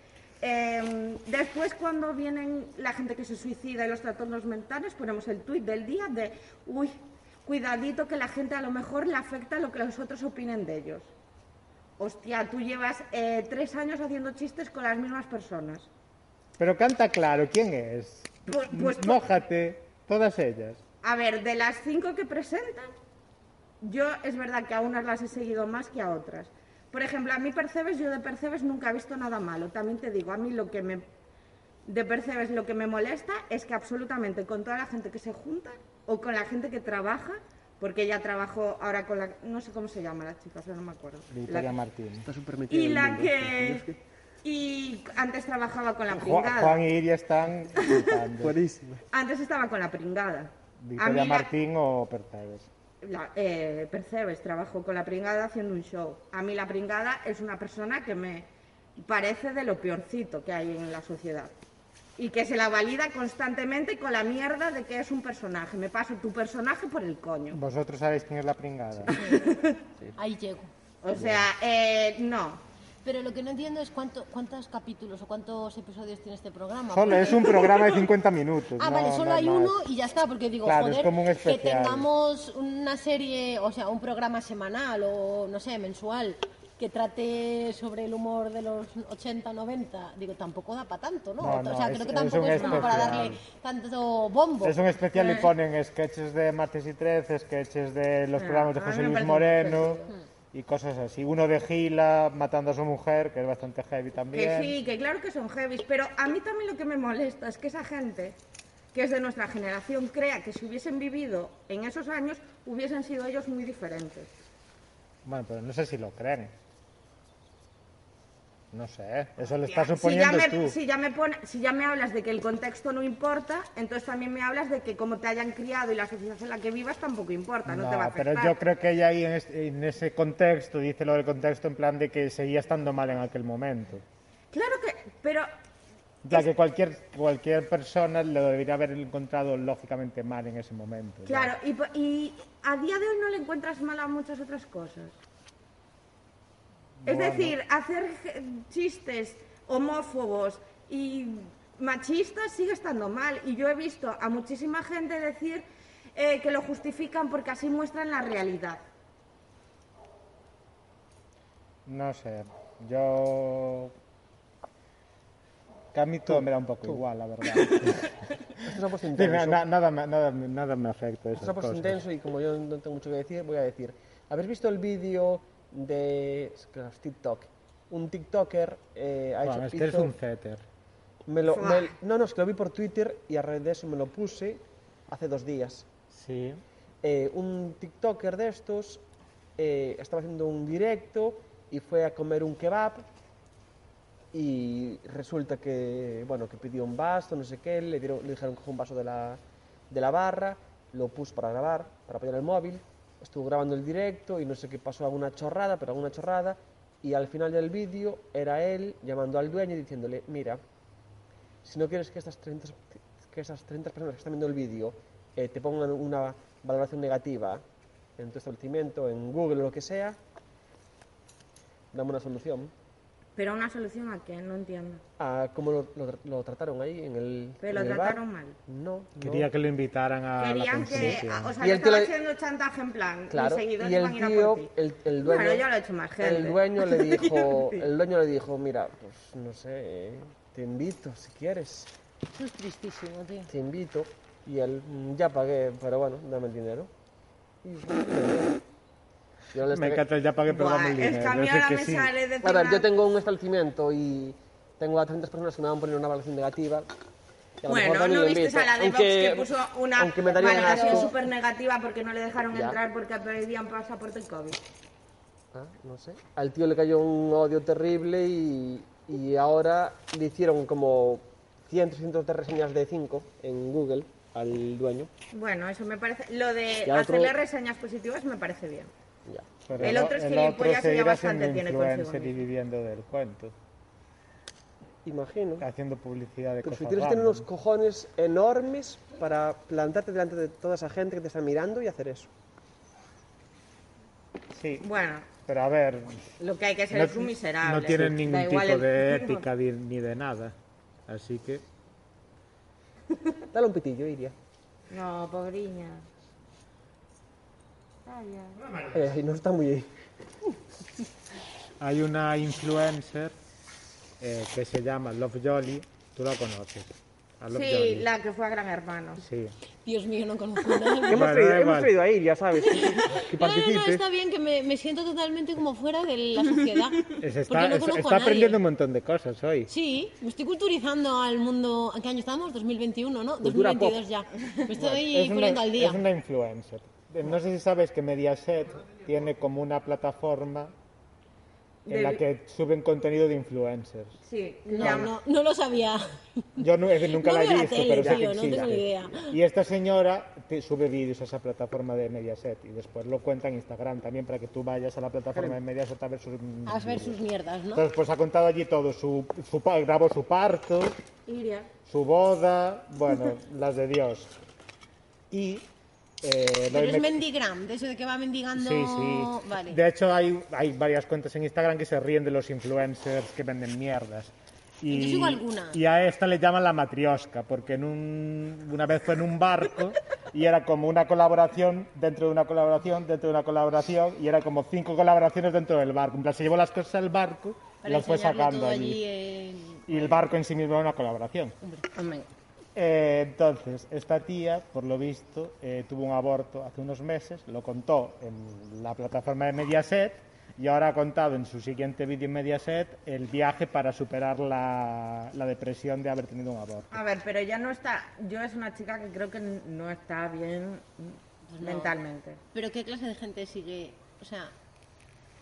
eh, después cuando vienen la gente que se suicida y los trastornos mentales, ponemos el tuit del día de, uy, cuidadito que la gente a lo mejor le afecta lo que los otros opinen de ellos. Hostia, tú llevas eh, tres años haciendo chistes con las mismas personas. Pero canta claro, ¿quién es? Pues- pues- Mójate, todas ellas. A ver, de las cinco que presentan, yo es verdad que a unas las he seguido más que a otras. Por ejemplo, a mí Percebes, yo de Percebes nunca he visto nada malo. También te digo, a mí lo que me. De Percebes lo que me molesta es que absolutamente con toda la gente que se junta o con la gente que trabaja, porque ella trabajó ahora con la. No sé cómo se llama la chica, pero no me acuerdo. Victoria La- Martín. y la que. Y antes trabajaba con la Ju- pringada. Juan y Iria están. Buenísimo. Antes estaba con la pringada. Pues A mí Victoria la- Martín o Percebes. la, eh, Percebes trabajó con la pringada haciendo un show. A mí la pringada es una persona que me parece de lo peorcito que hay en la sociedad. Y que se la valida constantemente con la mierda de que es un personaje. Me paso tu personaje por el coño. ¿Vosotros sabéis quién es la pringada? gente. Ahí llego. O sea, eh, no. Pero lo que no entiendo es cuánto, cuántos capítulos o cuántos episodios tiene este programa. Solo porque- es un programa de 50 minutos. Ah, no- vale, solo no hay más. uno y ya está, porque digo, Claro, es joder, como un que especial. tengamos una serie, o sea, un programa semanal o, no sé, mensual, que trate sobre el humor de los 80, 90, digo, tampoco da para tanto, ¿no? No, no, o sea, es- creo que es tampoco un es, como para especial. darle tanto bombo. Es un especial y Eh, ponen sketches de martes y 13, sketches de los Ah, programas de a mí José me Luis parece Moreno perfecto. y cosas así. Uno de Gila matando a su mujer, que es bastante heavy Que también. sí, que claro que son heavies, pero a mí también lo que me molesta es que esa gente que es de nuestra generación crea que si hubiesen vivido en esos años hubiesen sido ellos muy diferentes. Bueno, pero no sé si lo creen. No sé, ¿eh? eso lo Hostia, estás suponiendo si ya, me, tú. si ya me pone- si ya me hablas de que el contexto no importa, entonces también me hablas de que cómo te hayan criado y la sociedad en la que vivas tampoco importa, no, te va a No, afectar. pero yo creo que ella ahí en, es- en ese contexto dice lo del contexto en plan de que seguía estando mal en aquel momento. Claro que, pero Ya que cualquier, cualquier persona lo debería haber encontrado lógicamente mal en ese momento. ¿no? claro, y, po- y a día de hoy no le encuentras mal a muchas otras cosas. Es Bueno. decir, hacer je- chistes homófobos y machistas sigue estando mal. Y yo he visto a muchísima gente decir eh, que lo justifican porque así muestran la realidad. No sé, yo... Que a mí todo me da un poco igual, la verdad. Esto se ha puesto Sí, intenso. na- nada, me- nada, me- nada me afecta Esto se ha esas puesto cosas. intenso y como yo no tengo mucho que decir, voy a decir. ¿Habéis visto el vídeo de es que es TikTok? Un TikToker eh, ha Bueno, hecho... este es hizo- un ceter. Me lo, Fua. me- no, no, es que lo vi por Twitter y a raíz de eso me lo puse hace dos días. Sí. Eh, un TikToker de estos eh, estaba haciendo un directo y fue a comer un kebab y resulta que, bueno, que pidió un vaso, no sé qué, le, dieron, le dijeron que coja un vaso de la, de la barra, lo puso para grabar, para apoyar el móvil, estuvo grabando el directo y no sé qué pasó, alguna chorrada, pero alguna chorrada, y al final del vídeo era él llamando al dueño y diciéndole, mira, si no quieres que estas 30, que esas 30 personas que están viendo el vídeo eh, te pongan una valoración negativa en tu establecimiento, en Google o lo que sea, dame una solución Pero una solución a qué, no entiendo. a cómo lo, lo- lo trataron ahí en el. Pero en lo el bar. trataron mal. No. Quería no. que lo invitaran a Querían la que, conferencia. o sea, Y le el tío estaba le- haciendo chantaje en plan, Claro, mis seguidores y el van a ir a tío, por ti. el, el dueño, Bueno, ya lo ha hecho más gente. el dueño le dijo, Sí. el dueño le dijo, mira, pues no sé, eh, te invito si quieres, Eso es tristísimo, tío. te invito y él "Mm, ya pagué, pero bueno, dame el dinero. Y- Yo les Me tengo- encanta el ya pagué, pero dame el Buah, es que dinero. a mí Yo sé ahora que me sí. sale de- A ver, yo tengo un establecimiento y tengo a 300 personas que me van a poner una valoración negativa. y a lo Bueno, mejor ¿no lo vistes invito, a la de Vox aunque- que puso una aunque me daría valoración asco. súper negativa porque no le dejaron Ya. entrar porque perdían pasaporte y COVID? Ah, no sé. Al tío le cayó un odio terrible y, y ahora le hicieron como 100, 300 de reseñas de 5 en Google al dueño. Bueno, eso me parece... Lo de Y al otro- hacerle reseñas positivas me parece bien. Ya. Pero El otro es el gilipollas otro y ya seguirá bastante siendo tiene consigo influencer y mismo. viviendo del cuento. Imagino. Haciendo publicidad de Pero si cosas tienes que tener random. unos cojones enormes para plantarte delante de toda esa gente que te está mirando y hacer eso. Sí. Bueno, Pero a ver... Lo que hay que ser es un miserable. No tienen Da ningún tipo igual el- de ética ni, ni de nada. Así que... Dale un pitillo, Iria. No, pobriña. Eh, no está muy... Hay una influencer eh, que se llama Love Jolly. Tú la conoces. A Love Sí, Jolly. la que fue a Gran Hermano. Sí. Dios mío, no conozco a nadie. hemos, da traído, hemos igual. traído a Iria, ¿sabes? que No, no, no, participe. está bien que me, me siento totalmente como fuera de la sociedad. Es- porque está no es- conozco está a nadie. aprendiendo un montón de cosas hoy. Sí, me estoy culturizando al mundo. ¿A qué año estamos? 2021, ¿no? Cultura 2022 ya. Me estoy Es una- poniendo al día. Es una influencer. Eh, No sé si sabes que Mediaset tiene como una plataforma en De- la que suben contenido de influencers. Sí, No, no, no lo sabía. Yo nu- es decir, nunca No la he veo la visto, tele, pero sé tío, que no existe. tengo ni idea. Y esta señora te sube vídeos a esa plataforma de Mediaset y después lo cuenta en Instagram también para que tú vayas a la plataforma de Mediaset a ver sus... A ver sus mierdas, ¿no? Entonces, pues ha contado allí todo. Su, su pa- grabó su parto, Iria. su boda, bueno, las de Dios. Y... eh, Pero doy es me- Mendigram, de eso de que va mendigando. Sí, sí. Vale. De hecho, hay, hay varias cuentas en Instagram que se ríen de los influencers que venden mierdas. Y, Yo sigo alguna. y a esta le llaman la matriosca, porque en un, una vez fue en un barco y era como una colaboración dentro de una colaboración, dentro de una colaboración, y era como cinco colaboraciones dentro del barco. En plan, se llevó las cosas al barco y Para las fue enseñarlo sacando todo allí. allí. en- Y el barco en sí mismo era una colaboración. Hombre. Eh, entonces, esta tía, por lo visto, eh, tuvo un aborto hace unos meses, lo contó en la plataforma de Mediaset y ahora ha contado en su siguiente vídeo en Mediaset el viaje para superar la, la depresión de haber tenido un aborto. A ver, pero ya no está. Yo es una chica que creo que n- no está bien Pues no. mentalmente. Pero ¿qué clase de gente sigue? O sea,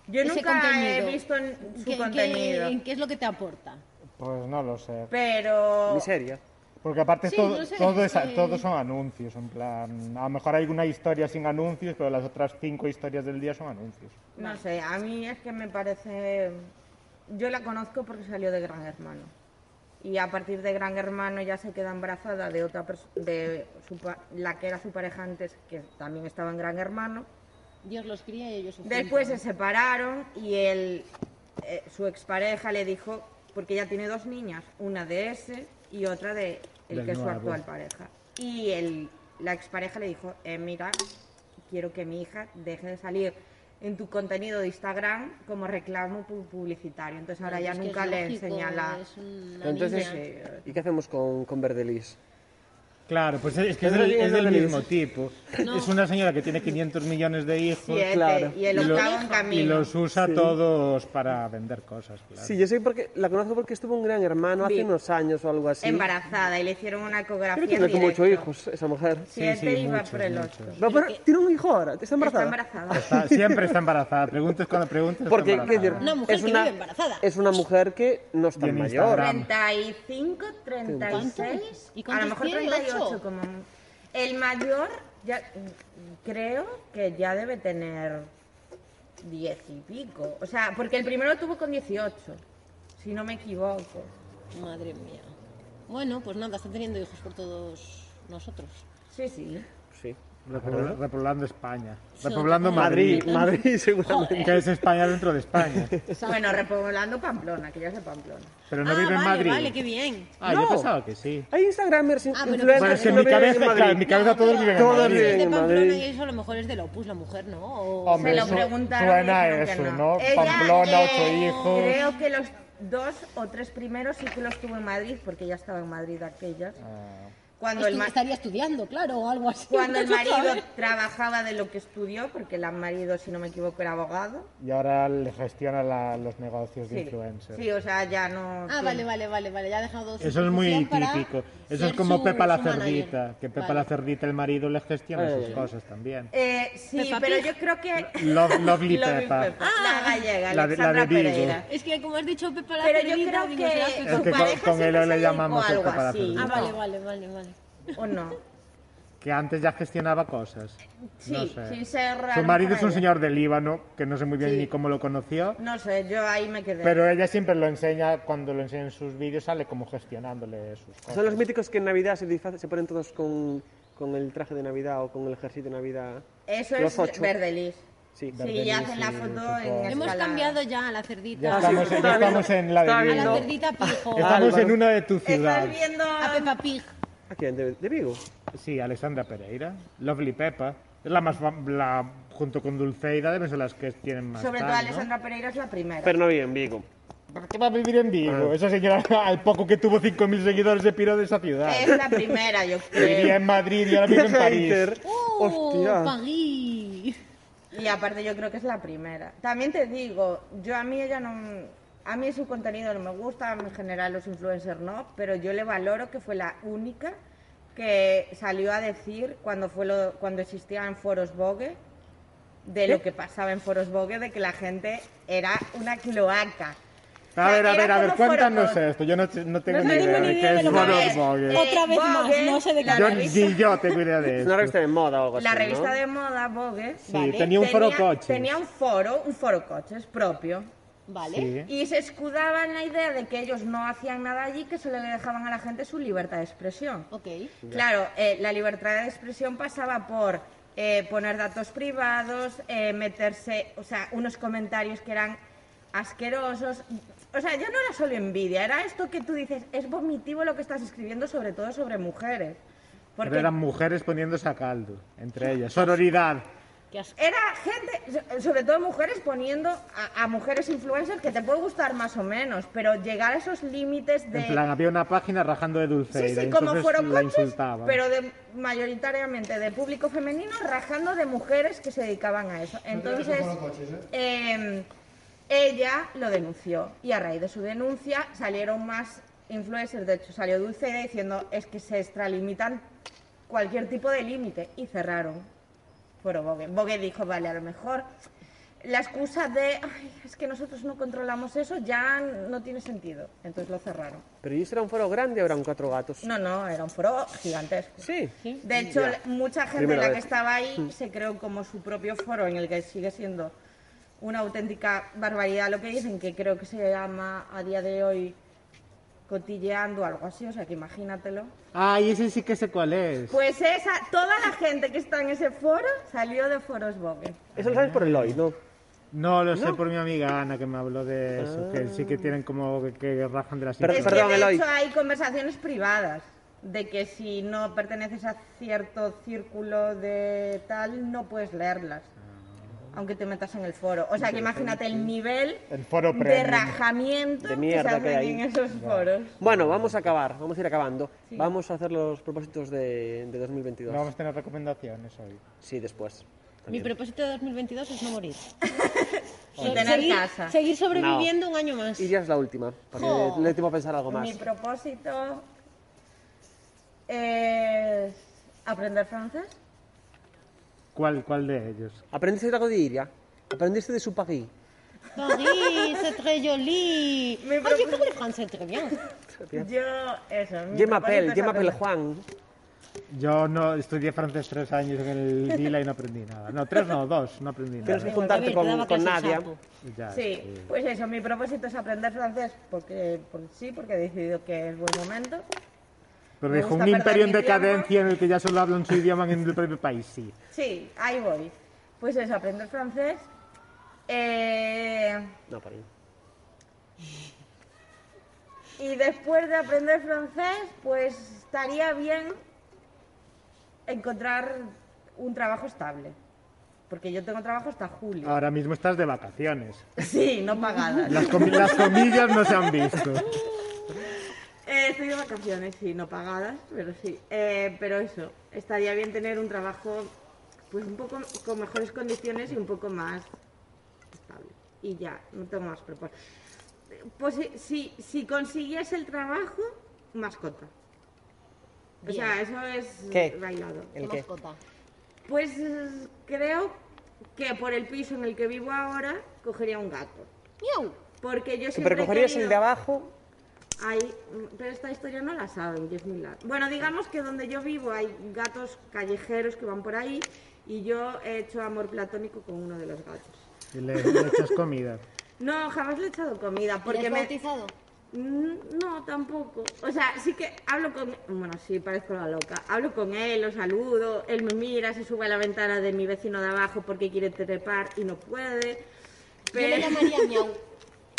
Yo ese nunca contenido? he visto en- su ¿Qué- qué- contenido. ¿Qué es lo que te aporta? Pues no lo sé. Pero. Miseria. Porque aparte Sí, todo, no sé, todo es- eh. todos son anuncios, en plan, a lo mejor hay una historia sin anuncios, pero las otras cinco historias del día son anuncios. No sé, a mí es que me parece. Yo la conozco porque salió de Gran Hermano. Y a partir de Gran Hermano ya se queda embarazada de otra persona, de su pa- la que era su pareja antes, que también estaba en Gran Hermano. Dios los cría y ellos sufren. Después se separaron y él, eh, su expareja le dijo, porque ella tiene dos niñas, una de ese y otra de el Del que es su nuevo. actual pareja. Y él, la expareja le dijo, "Eh, mira, quiero que mi hija deje de salir en tu contenido de Instagram como reclamo pu- publicitario. Entonces ahora Bueno, ya es que es nunca le lógico, enseña la... es una Entonces, niña. ¿y qué hacemos con, con Verdelis? Claro, pues es que es del, Pero no tiene es del nombre mismo ese. tipo. No. Es una señora que tiene 500 millones de hijos Siete, Pues Claro. y el lo- octavo en camino. y los usa Sí. todos para vender cosas. Claro. Sí, yo sé porque la conozco porque estuvo un gran hermano hace Vi. unos años o algo así. Embarazada y le hicieron una ecografía. Creo que tiene en como ocho directo. hijos esa mujer. Siete Sí, sí, y va muchos, por el muchos. otro. Va por- Tiene un hijo ahora, está embarazada. embarazada. Está- siempre está embarazada. Preguntas cuando preguntas. Porque está ¿qué decir, embarazada. es, una, es una mujer que no es Y tan en mayor. 35, 36. ¿Y a cuántos lo mejor tiene? 38 ¿Ocho? como... El mayor, ya, creo que ya debe tener 10 y pico. O sea, porque el primero lo tuvo con 18, si no me equivoco. Madre mía. Bueno, pues nada, está teniendo hijos por todos nosotros. Sí, sí. Sí. Repobla- Repoblando España. Sí. Repoblando Madrid, Madrid. Madrid, seguramente. Que es España dentro de España. Bueno, repoblando Pamplona, que ya es de Pamplona. Pero no Ah, vive en Madrid. bien. Ah, No. yo pensaba que sí. Hay Instagramers, Ah, bueno, influencers Bueno, es que en no mi viven cabeza, Madrid. claro, en mi cabeza todos viven en Todos Madrid. viven De en Pamplona Madrid. y eso a lo mejor es del Opus, la mujer, ¿no? O- Hombre, Se lo eso preguntaron suena y a dijeron que eso, no. ¿no? Ella, Pamplona, eh, ocho hijos. Creo que los dos o tres primeros sí que los tuvo en Madrid, porque ya estaba en Madrid aquellas. Ah. Cuando el, Estu- ma- estaría estudiando, claro, o algo así. Cuando el No se marido sabe. trabajaba de lo que estudió, porque el marido, si no me equivoco, era abogado. Y ahora le gestiona la- los negocios de Sí, influencers. sí, o sea, ya no. Ah, tiene- vale, vale, vale, vale. Ya ha dejado su Eso es muy profesión para típico. Eso ser es como su- Pepa la su manager. Cerdita, que Pepa Vale. la Cerdita, el marido, le gestiona Ay, sus ay, ay. cosas también. Eh, sí, Peppa pero Pig. yo creo que. Love- lovely Lovely Peppa. Peppa, Ah. La gallega, La de- la Alexandra de Vigo. Pereira. Es que como has dicho Pepa la Pero yo Cerdita, creo digo, que- será Pepa Es que con, pareja con siempre él le sale llamamos o el algo Pepa la así. Cerdita. Ah, vale, vale, vale, vale. ¿O no? Que antes ya gestionaba cosas. Sí, No sé. sin ser raro Su marido para es un ella. señor de Líbano, que no sé muy bien Sí. ni cómo lo conoció. No sé, yo ahí me quedé. Pero ella siempre lo enseña, cuando lo enseña en sus vídeos, sale como gestionándole sus cosas. Son los míticos que en Navidad se, disfrazan- se ponen todos con, con el traje de Navidad o con el jersey de Navidad. Eso Los es ocho. Verdelis. Sí, Sí, ya hacen la foto en. Hemos escala. cambiado ya a la cerdita. Ya estamos, ya estamos en la Está de A la Vigo. cerdita pijo. Estamos en Álvaro. una de tu ciudad. viendo a Peppa Pig. ¿A quién? ¿De, de Vigo? Sí, Alessandra Pereira. Lovely Peppa. Es la más. fam- La, junto con Dulceida, deben ser las que tienen más. Sobre tal, todo ¿no? Alessandra Pereira es la primera. Pero no vive en Vigo. ¿Por qué va a vivir en Vigo? Ah. Esa señora, al poco que tuvo 5.000 seguidores, se piró de esa ciudad. Es la primera, yo Vivía creo. en Madrid y ahora vive en París. ¡Oh, Pagui! Y aparte yo creo que es la primera. También te digo, yo a mí ella no... A mí su contenido no me gusta, en general los influencers no, pero yo le valoro que fue la única que salió a decir cuando, fue lo, cuando existían foros Vogue, de lo que pasaba en foros Vogue, de que la gente era una cloaca. A ver, a ver, a ver, Era como cuéntanos Foro esto. Yo no, no tengo No ni tengo idea ni de idea qué de es lo que Monos es. Vogue. Eh, Otra vez Vogue, más, no sé de qué la Yo revista- ni yo tengo idea de Es esto. una revista de moda o algo así. La revista ¿no? de moda Vogue Sí, tenía un foro coches. Tenía un foro, un foro coches propio. Vale. Sí. Y se escudaba en la idea de que ellos no hacían nada allí, que solo le dejaban a la gente su libertad de expresión. Ok. Claro, eh, la libertad de expresión pasaba por eh, poner datos privados, eh, meterse, o sea, unos comentarios que eran asquerosos. O sea, ya no era solo envidia, era esto que tú dices, es vomitivo lo que estás escribiendo, sobre todo sobre mujeres. Pero Porque eran mujeres poniéndose a caldo, entre ellas. Sororidad. Era gente, so- sobre todo mujeres, poniendo a, a mujeres influencers que te puede gustar más o menos, pero llegar a esos límites de. En plan, había una página rajando de Dulceida. sí, sí, y como entonces fueron la coches, insultaban. pero de, mayoritariamente de público femenino, rajando de mujeres que se dedicaban a eso. Entonces, eh, ella lo denunció y a raíz de su denuncia salieron más influencers. De hecho, salió Dulceida diciendo es que se extralimitan cualquier tipo de límite y cerraron. Pero Vogue. Vogue dijo, vale, a lo mejor la excusa de "Ay, es que nosotros no controlamos eso ya no tiene sentido. Entonces lo cerraron. Pero ¿y eso era un foro grande o eran cuatro gatos? No, no, era un foro gigantesco. Sí. De hecho, Ya. mucha gente Primera la que vez. estaba ahí Mm. se creó como su propio foro en el que sigue siendo una auténtica barbaridad lo que dicen, que creo que se llama a día de hoy cotilleando o algo así, o sea que imagínatelo. Ay, ese sí que sé cuál es. Pues esa, toda la gente que está en ese foro salió de Foros Bogen. Eso lo sabes por el Lloyd, ¿no? No, lo sé ¿No? por mi amiga Ana que me habló de eso, que sí que tienen como que, que rajan de las Es que, influencias. de hecho hay conversaciones privadas de que si no perteneces a cierto círculo de tal no puedes leerlas. Aunque te metas en el foro. O sea que imagínate el nivel El foro de premium. rajamiento De que se mierda hacen que hay en ahí. esos foros. Bueno, vamos a acabar, vamos a ir acabando. Sí. Vamos a hacer los propósitos de, de 2022. No vamos a tener recomendaciones hoy. Sí, después. Mi propósito de 2022 es no morir. Y Se- tener seguir, casa. seguir sobreviviendo un año más. Y ya es la última, porque Jo. le tengo que pensar algo más. Mi propósito es aprender francés. ¿Cuál, ¿Cuál de ellos? ¿Aprendiste algo de Iria? ¿Aprendiste de su París? Paris, c'est très joli. Ah, j'ai parlé français très bien. Yo, eso. mi Je propósito m'appelle, es je aprender- m'appelle Juan. Yo no estudié francés tres años en el Vila y no aprendí nada. No, tres no, dos, no aprendí nada. Tienes que juntarte David, con- daba con clases Nadia. sapo. Ya, Sí, pues eso, mi propósito es aprender francés porque, porque sí, porque he decidido que es buen momento. Pero Me dijo, gusta un perder imperio en mi tiempo. decadencia en el que ya solo hablan su idioma en el propio país, sí. Sí, ahí voy. Pues eso, aprender francés. Eh, No, París. y después de aprender francés, pues estaría bien encontrar un trabajo estable. Porque yo tengo trabajo hasta julio. Ahora mismo estás de vacaciones. Sí, no pagadas. Las, comi- las comillas no se han visto. Eh, estoy de vacaciones, sí, no pagadas, pero sí. Eh, pero eso, estaría bien tener un trabajo pues un poco con mejores condiciones y un poco más estable. Y ya, no tengo más propósito. Pues si, si, si consiguiese el trabajo, mascota. O Bien. sea, eso es ¿Qué? bailado. ¿El qué? Mascota. Pues eh, creo que por el piso en el que vivo ahora, cogería un gato. Porque yo Que siempre pero he cogerías el querido- de abajo. hay, pero esta historia no la saben 10.000 lados. Bueno, digamos que donde yo vivo hay gatos callejeros que van por ahí y yo he hecho amor platónico con uno de los gatos. Y le, le echas comida. No, jamás le he echado comida porque has me... Mm, bautizado? No, tampoco. O sea, sí que hablo con... Bueno, sí, parezco la loca. Hablo con él, lo saludo, él me mira, se sube a la ventana de mi vecino de abajo porque quiere trepar y no puede. Yo le llamaría miau.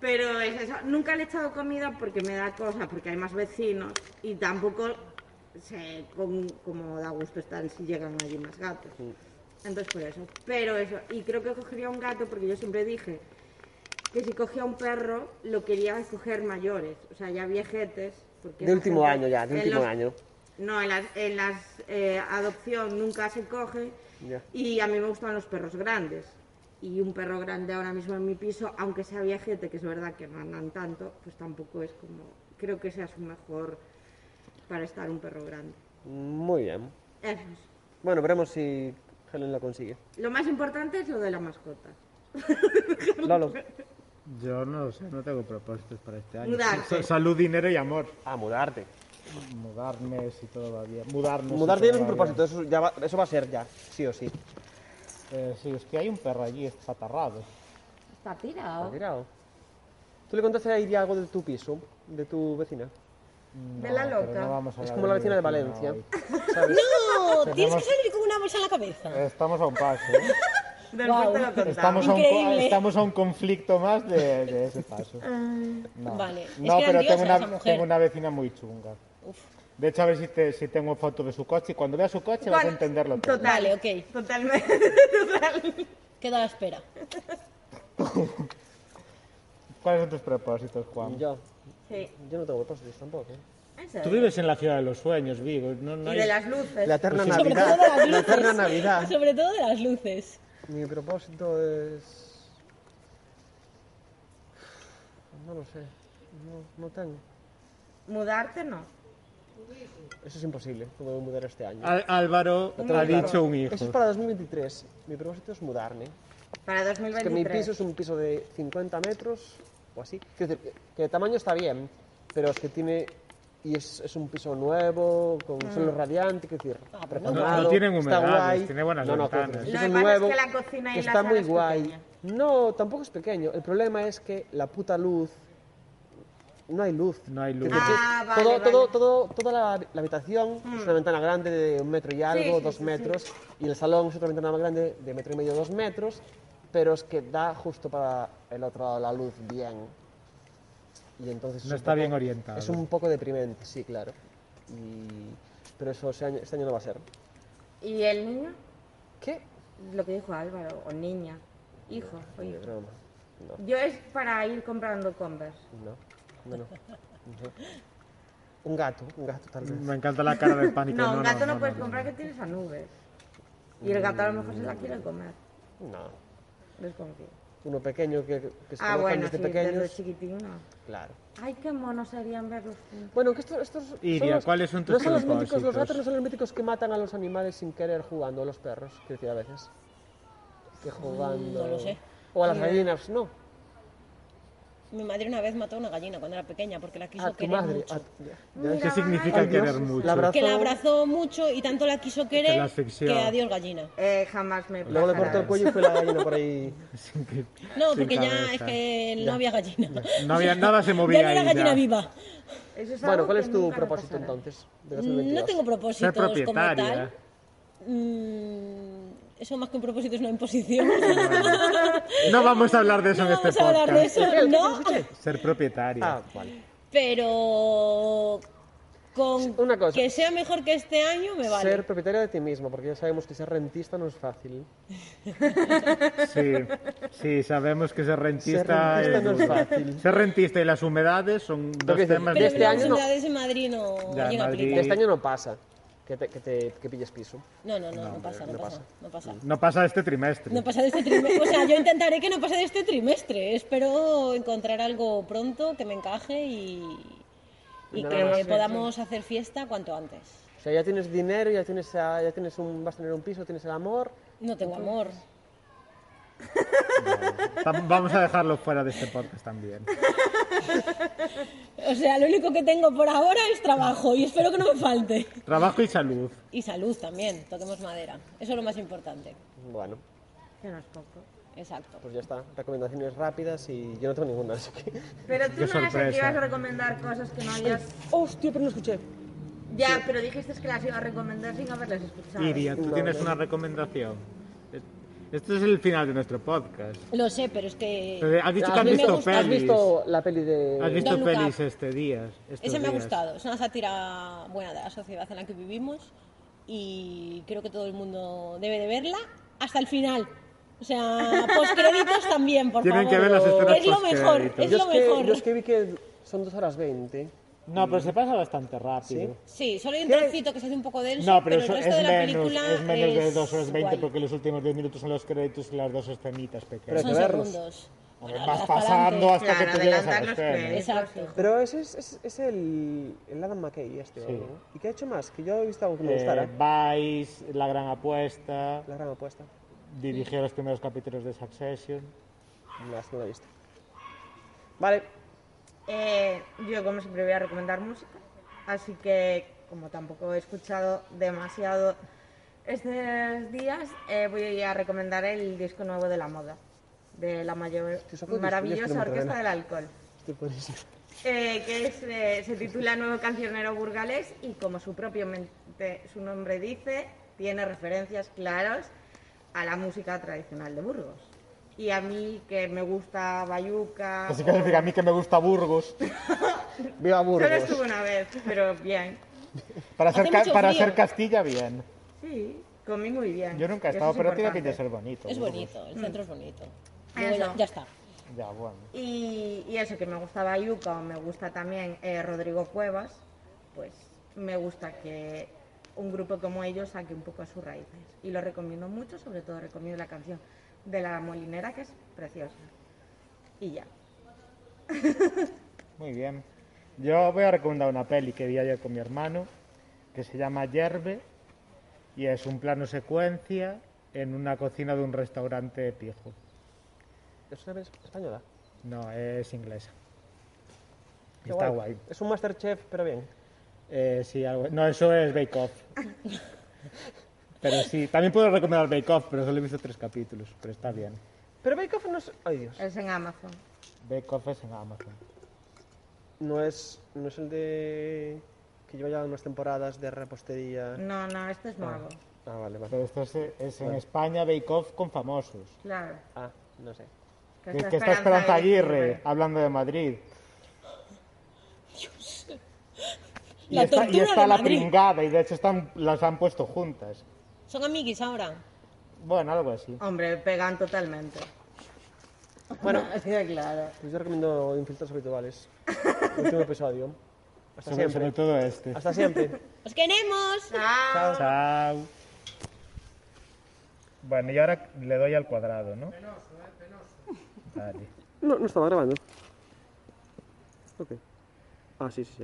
Pero es eso, nunca le he echado comida porque me da cosa, porque hay más vecinos y tampoco sé cómo, cómo da gusto estar si llegan allí más gatos. Mm. Entonces por eso. Pero eso, y creo que cogería un gato porque yo siempre dije que si cogía un perro lo quería coger mayores, o sea, ya viejetes. Porque De la último gente- año ya, de en último los- año. No, en las, en las eh, adopción nunca se coge. Ya. Y a mí me gustan los perros grandes. Y un perro grande ahora mismo en mi piso, aunque sea viajete, que es verdad que no andan tanto, pues tampoco es como. Creo que sea su mejor para estar un perro grande. Muy bien. Eso es. Bueno, veremos si Helen lo consigue. Lo más importante es lo de la mascota. Lolo. Yo no sé, no tengo propósitos para este año. Mudarte. Sa- Salud, dinero y amor. Ah, mudarte. Mudarme si todo va bien. Mudarme. si Mudarte ya todo no es un va bien. propósito, eso, ya va, eso va a ser ya, sí o sí. Eh, sí, es que hay un perro allí, es patarrado. Está tirado. Está tirado. ¿Tú le contaste a Iria algo de tu piso, de tu vecina? De la pero loca. no vamos a Es hablar como la mi vecina de Valencia. hoy. ¿sabes? No, pues Tenemos- tienes que salir con una bolsa en la cabeza. Estamos a un paso. ¿eh? Guau. Estamos, a un, co- Increíble. estamos a un conflicto más de, de ese paso. No, Vale. Es No, que era pero tengo diosa esa una, mujer. tengo una vecina muy chunga. De hecho, a ver si, te- si tengo foto de su coche. Cuando vea su coche vas a Vale. entenderlo todo. Vale, ok. Totalmente. Queda a la espera. ¿Cuáles son tus propósitos, Juan? Yo. Sí. Yo no tengo propósitos tampoco. ¿eh? Eso Tú es. vives en la ciudad de los sueños, Vigo. No, no Y hay- de las luces. La eterna Pues sí. Sobre Navidad. todo de las La luces. eterna Navidad. Sobre todo de las luces. Mi propósito es. No lo sé. No, no tengo. Mudarte no. Eso es imposible. No me voy a mudar este año. Al- Álvaro Lo ha tengo claro. dicho un hijo. Eso es para 2023. Mi propósito es mudarme. Para Es que mi 2023. piso es un piso de 50 metros o así. Quiero decir, que el tamaño está bien, pero es que tiene. Y es, es un piso nuevo, con Mm. Ah, suelo radiante, quiero decir, reformado, no tienen está humedades, guay. tiene buenas no, no, quiero ventanas. decir, Lo es que un piso pasa es nuevo, que la cocina y la que está sala muy es guay. pequeña. No, tampoco es pequeño. El problema es que la puta luz. No hay luz. No hay luz. Ah, vale, todo, vale. todo, todo, toda la, la habitación es una ventana grande de un metro y algo, Mm. sí, dos sí, sí. metros. Y el salón es otra ventana más grande de metro y medio, dos metros. Pero es que da justo para el otro lado la luz bien. Y entonces es No un está bien orientado. Es un poco deprimente, sí, claro. Y- pero eso ese año- este año no va a ser. ¿Y el niño? ¿Qué? Lo que dijo Álvaro, o niña. Hijo, o Ni de hijo. broma. No, Yo es para ir comprando Converse. no, no, no. No. Un gato, un gato tal vez. Me encanta la cara de pánico. no, un gato no, puedes comprar que tienes a nubes. Y el gato a lo mejor se la quiere comer. No. Desconfío. Uno pequeño que, que se Ah, colocan bueno, sí, desde de pequeños. los chiquitinos. Claro. Ay, qué monos serían verlos juntos. Bueno, que estos, estos son Iria, los- ¿cuáles son tus no son los míticos, los propósitos? gatos no son los míticos que matan a los animales sin querer jugando, a los perros, quiero decir, a veces. Que jugando. Mm, no lo sé. O a las Ni- gallinas, no. Mi madre una vez mató a una gallina cuando era pequeña porque la quiso a tu querer madre. mucho. a- ya- ¿Qué ya- significa Ay, querer Dios, mucho? La abrazó, Que la abrazó mucho y tanto la quiso Que la querer asfixió. que adiós gallina. Eh, jamás me Luego le pasará cortó el eso. cuello y fue la gallina por ahí. No, Sin porque ya cabeza. es que no Ya. había gallina. No había- nada se movía Ya no era ahí, gallina ya. viva. Eso es Bueno, algo ¿cuál que es tu nunca me propósito pasará. entonces? De No 2022? tengo Ser propósitos como propietaria. tal. Mm, eso más que un propósito es una imposición. No vamos a hablar de eso No en este vamos a hablar de podcast. eso, no. Ser propietaria. Ah, vale. Pero con Una cosa. que sea mejor que este año me vale. Ser propietario de ti mismo, porque ya sabemos que ser rentista no es fácil. Sí, sí, sabemos que ser rentista, Ser rentista no es duro. fácil. Ser rentista y las humedades son dos dices, temas pero este de- las unidades en Madrid no Ya, en llega a Madrid- aplicar. De este año no pasa que, te, que, te- que pilles piso. No, no, no, no, pasa, no, pasa, no pasa. No pasa este trimestre. No pasa de este trimestre. O sea, yo intentaré que no pase de este trimestre. Espero encontrar algo pronto que me encaje y, y Nada más. que podamos hacer fiesta cuanto antes. O sea, ya tienes dinero, ya tienes, a- ya tienes un, vas a tener un piso, tienes el amor. No tengo amor. Tam- Vamos a dejarlo fuera de este podcast también. O sea, lo único que tengo por ahora es trabajo y espero que no me falte. Trabajo y salud. Y salud también, toquemos madera. Eso es lo más importante. Bueno, Que no es poco. Exacto. pues ya está. Recomendaciones rápidas y yo no tengo ninguna, así que... Pero tú no Qué eras el que sorpresa. ibas a recomendar cosas que no habías... ¡Hostia, pero no escuché! Ya, pero dijiste que las ibas a recomendar sin haberlas escuchado. Iria, tú No, tienes no. una recomendación. Es- Este es el final de nuestro podcast. Lo sé, pero es que. Pero has dicho a que has mí me visto gusta. ¿Has Pelis. visto la peli de...? Has visto Don't Look pelis Up. este día. estos Esa me ha días? gustado. Es una sátira buena de la sociedad en la que vivimos y creo que todo el mundo debe de verla hasta el final. O sea, postcréditos también, por Tienen favor. que ver las escenas Es lo mejor, postcréditos. es yo lo que, mejor. Yo es que vi que son 2 horas 20. No, pero se pasa bastante rápido. Sí, solo hay un trocito que se hace un poco denso, No, pero, eso pero, el es, resto de la menos, película es menos de es 2 horas 20 guay. porque los últimos 10 minutos son los créditos y las dos escenitas pequeñas. Son segundos. A ver, Bueno, vas vas pasando pa'lante. hasta que Claro, te llegas a la adelantar los escena. Exacto. Pero ese es, es, es el, el Adam McKay este. Sí. ¿no? ¿Y qué ha hecho más? Que yo he visto algo que me gustara. Eh, Vice, La Gran Apuesta, La gran apuesta. dirigió los primeros capítulos de Succession. No, es que no la he visto. Vale. Eh, yo, como siempre, voy a recomendar música. Así que, como tampoco he escuchado demasiado estos días, eh, voy a recomendar el disco nuevo de la moda. De la mayor, saco de discos, maravillosa no me Orquesta ordena. del Alcohol. Estoy por eso. eh, que es, eh, se titula Nuevo Cancionero Burgalés y como su propio mente- su nombre dice, tiene referencias claras a la música tradicional de Burgos. Y a mí que me gusta Ah, Bayuca... Así que decir, a mí que me gusta Burgos. Viva Burgos. Solo estuve una vez, pero bien. Para, Hace ser, ca- mucho para frío. ser Castilla, bien. Sí, comí muy bien. Yo nunca he Eso estado, es pero tiene pinta de importante. ser bonito. Es Burgos. bonito, el centro es bonito. Luego Eso. ya, ya está. Ya, bueno. Y, y eso, que me gusta Bayuca o me gusta también eh, Rodrigo Cuevas, pues me gusta que un grupo como ellos saque un poco a sus raíces. Y lo recomiendo mucho, sobre todo recomiendo la canción de La Molinera, que es preciosa. Y ya. Muy bien. Yo voy a recomendar una peli que vi ayer con mi hermano, que se llama Yerbe, y es un plano secuencia en una cocina de un restaurante pijo. ¿Es una española? No, es inglesa. Qué Está guay. Es un Masterchef, pero bien. Eh, sí, algo- No, eso es Bake Off. Pero sí, también puedo recomendar Bake Off, pero solo he visto tres capítulos, pero está bien. Pero Bake Off no es... Ay, Dios. Es en Amazon. Bake Off es en Amazon. No es, no es el de... Que lleva ya unas temporadas de repostería. No, no, este es nuevo. Ah, vale, vale. Pero esto es, es en Vale. España Bake Off con famosos. Claro. Ah, no sé. Que, que está Esperanza Aguirre hablando de Madrid. Y La está, y tortura está de la Madrid. pringada, y de hecho están, las han puesto juntas. Son amiguis ahora. Bueno, algo así. Hombre, pegan totalmente. Bueno, así claro. Pues yo recomiendo Infiltrados Habituales. Último episodio. Hasta Sobre- siempre. sobre todo este. Hasta siempre. ¡Os queremos! Chao. Bueno, y ahora le doy al cuadrado, ¿no? Vale. No, no estaba grabando. Ok. Ah, sí, sí, sí.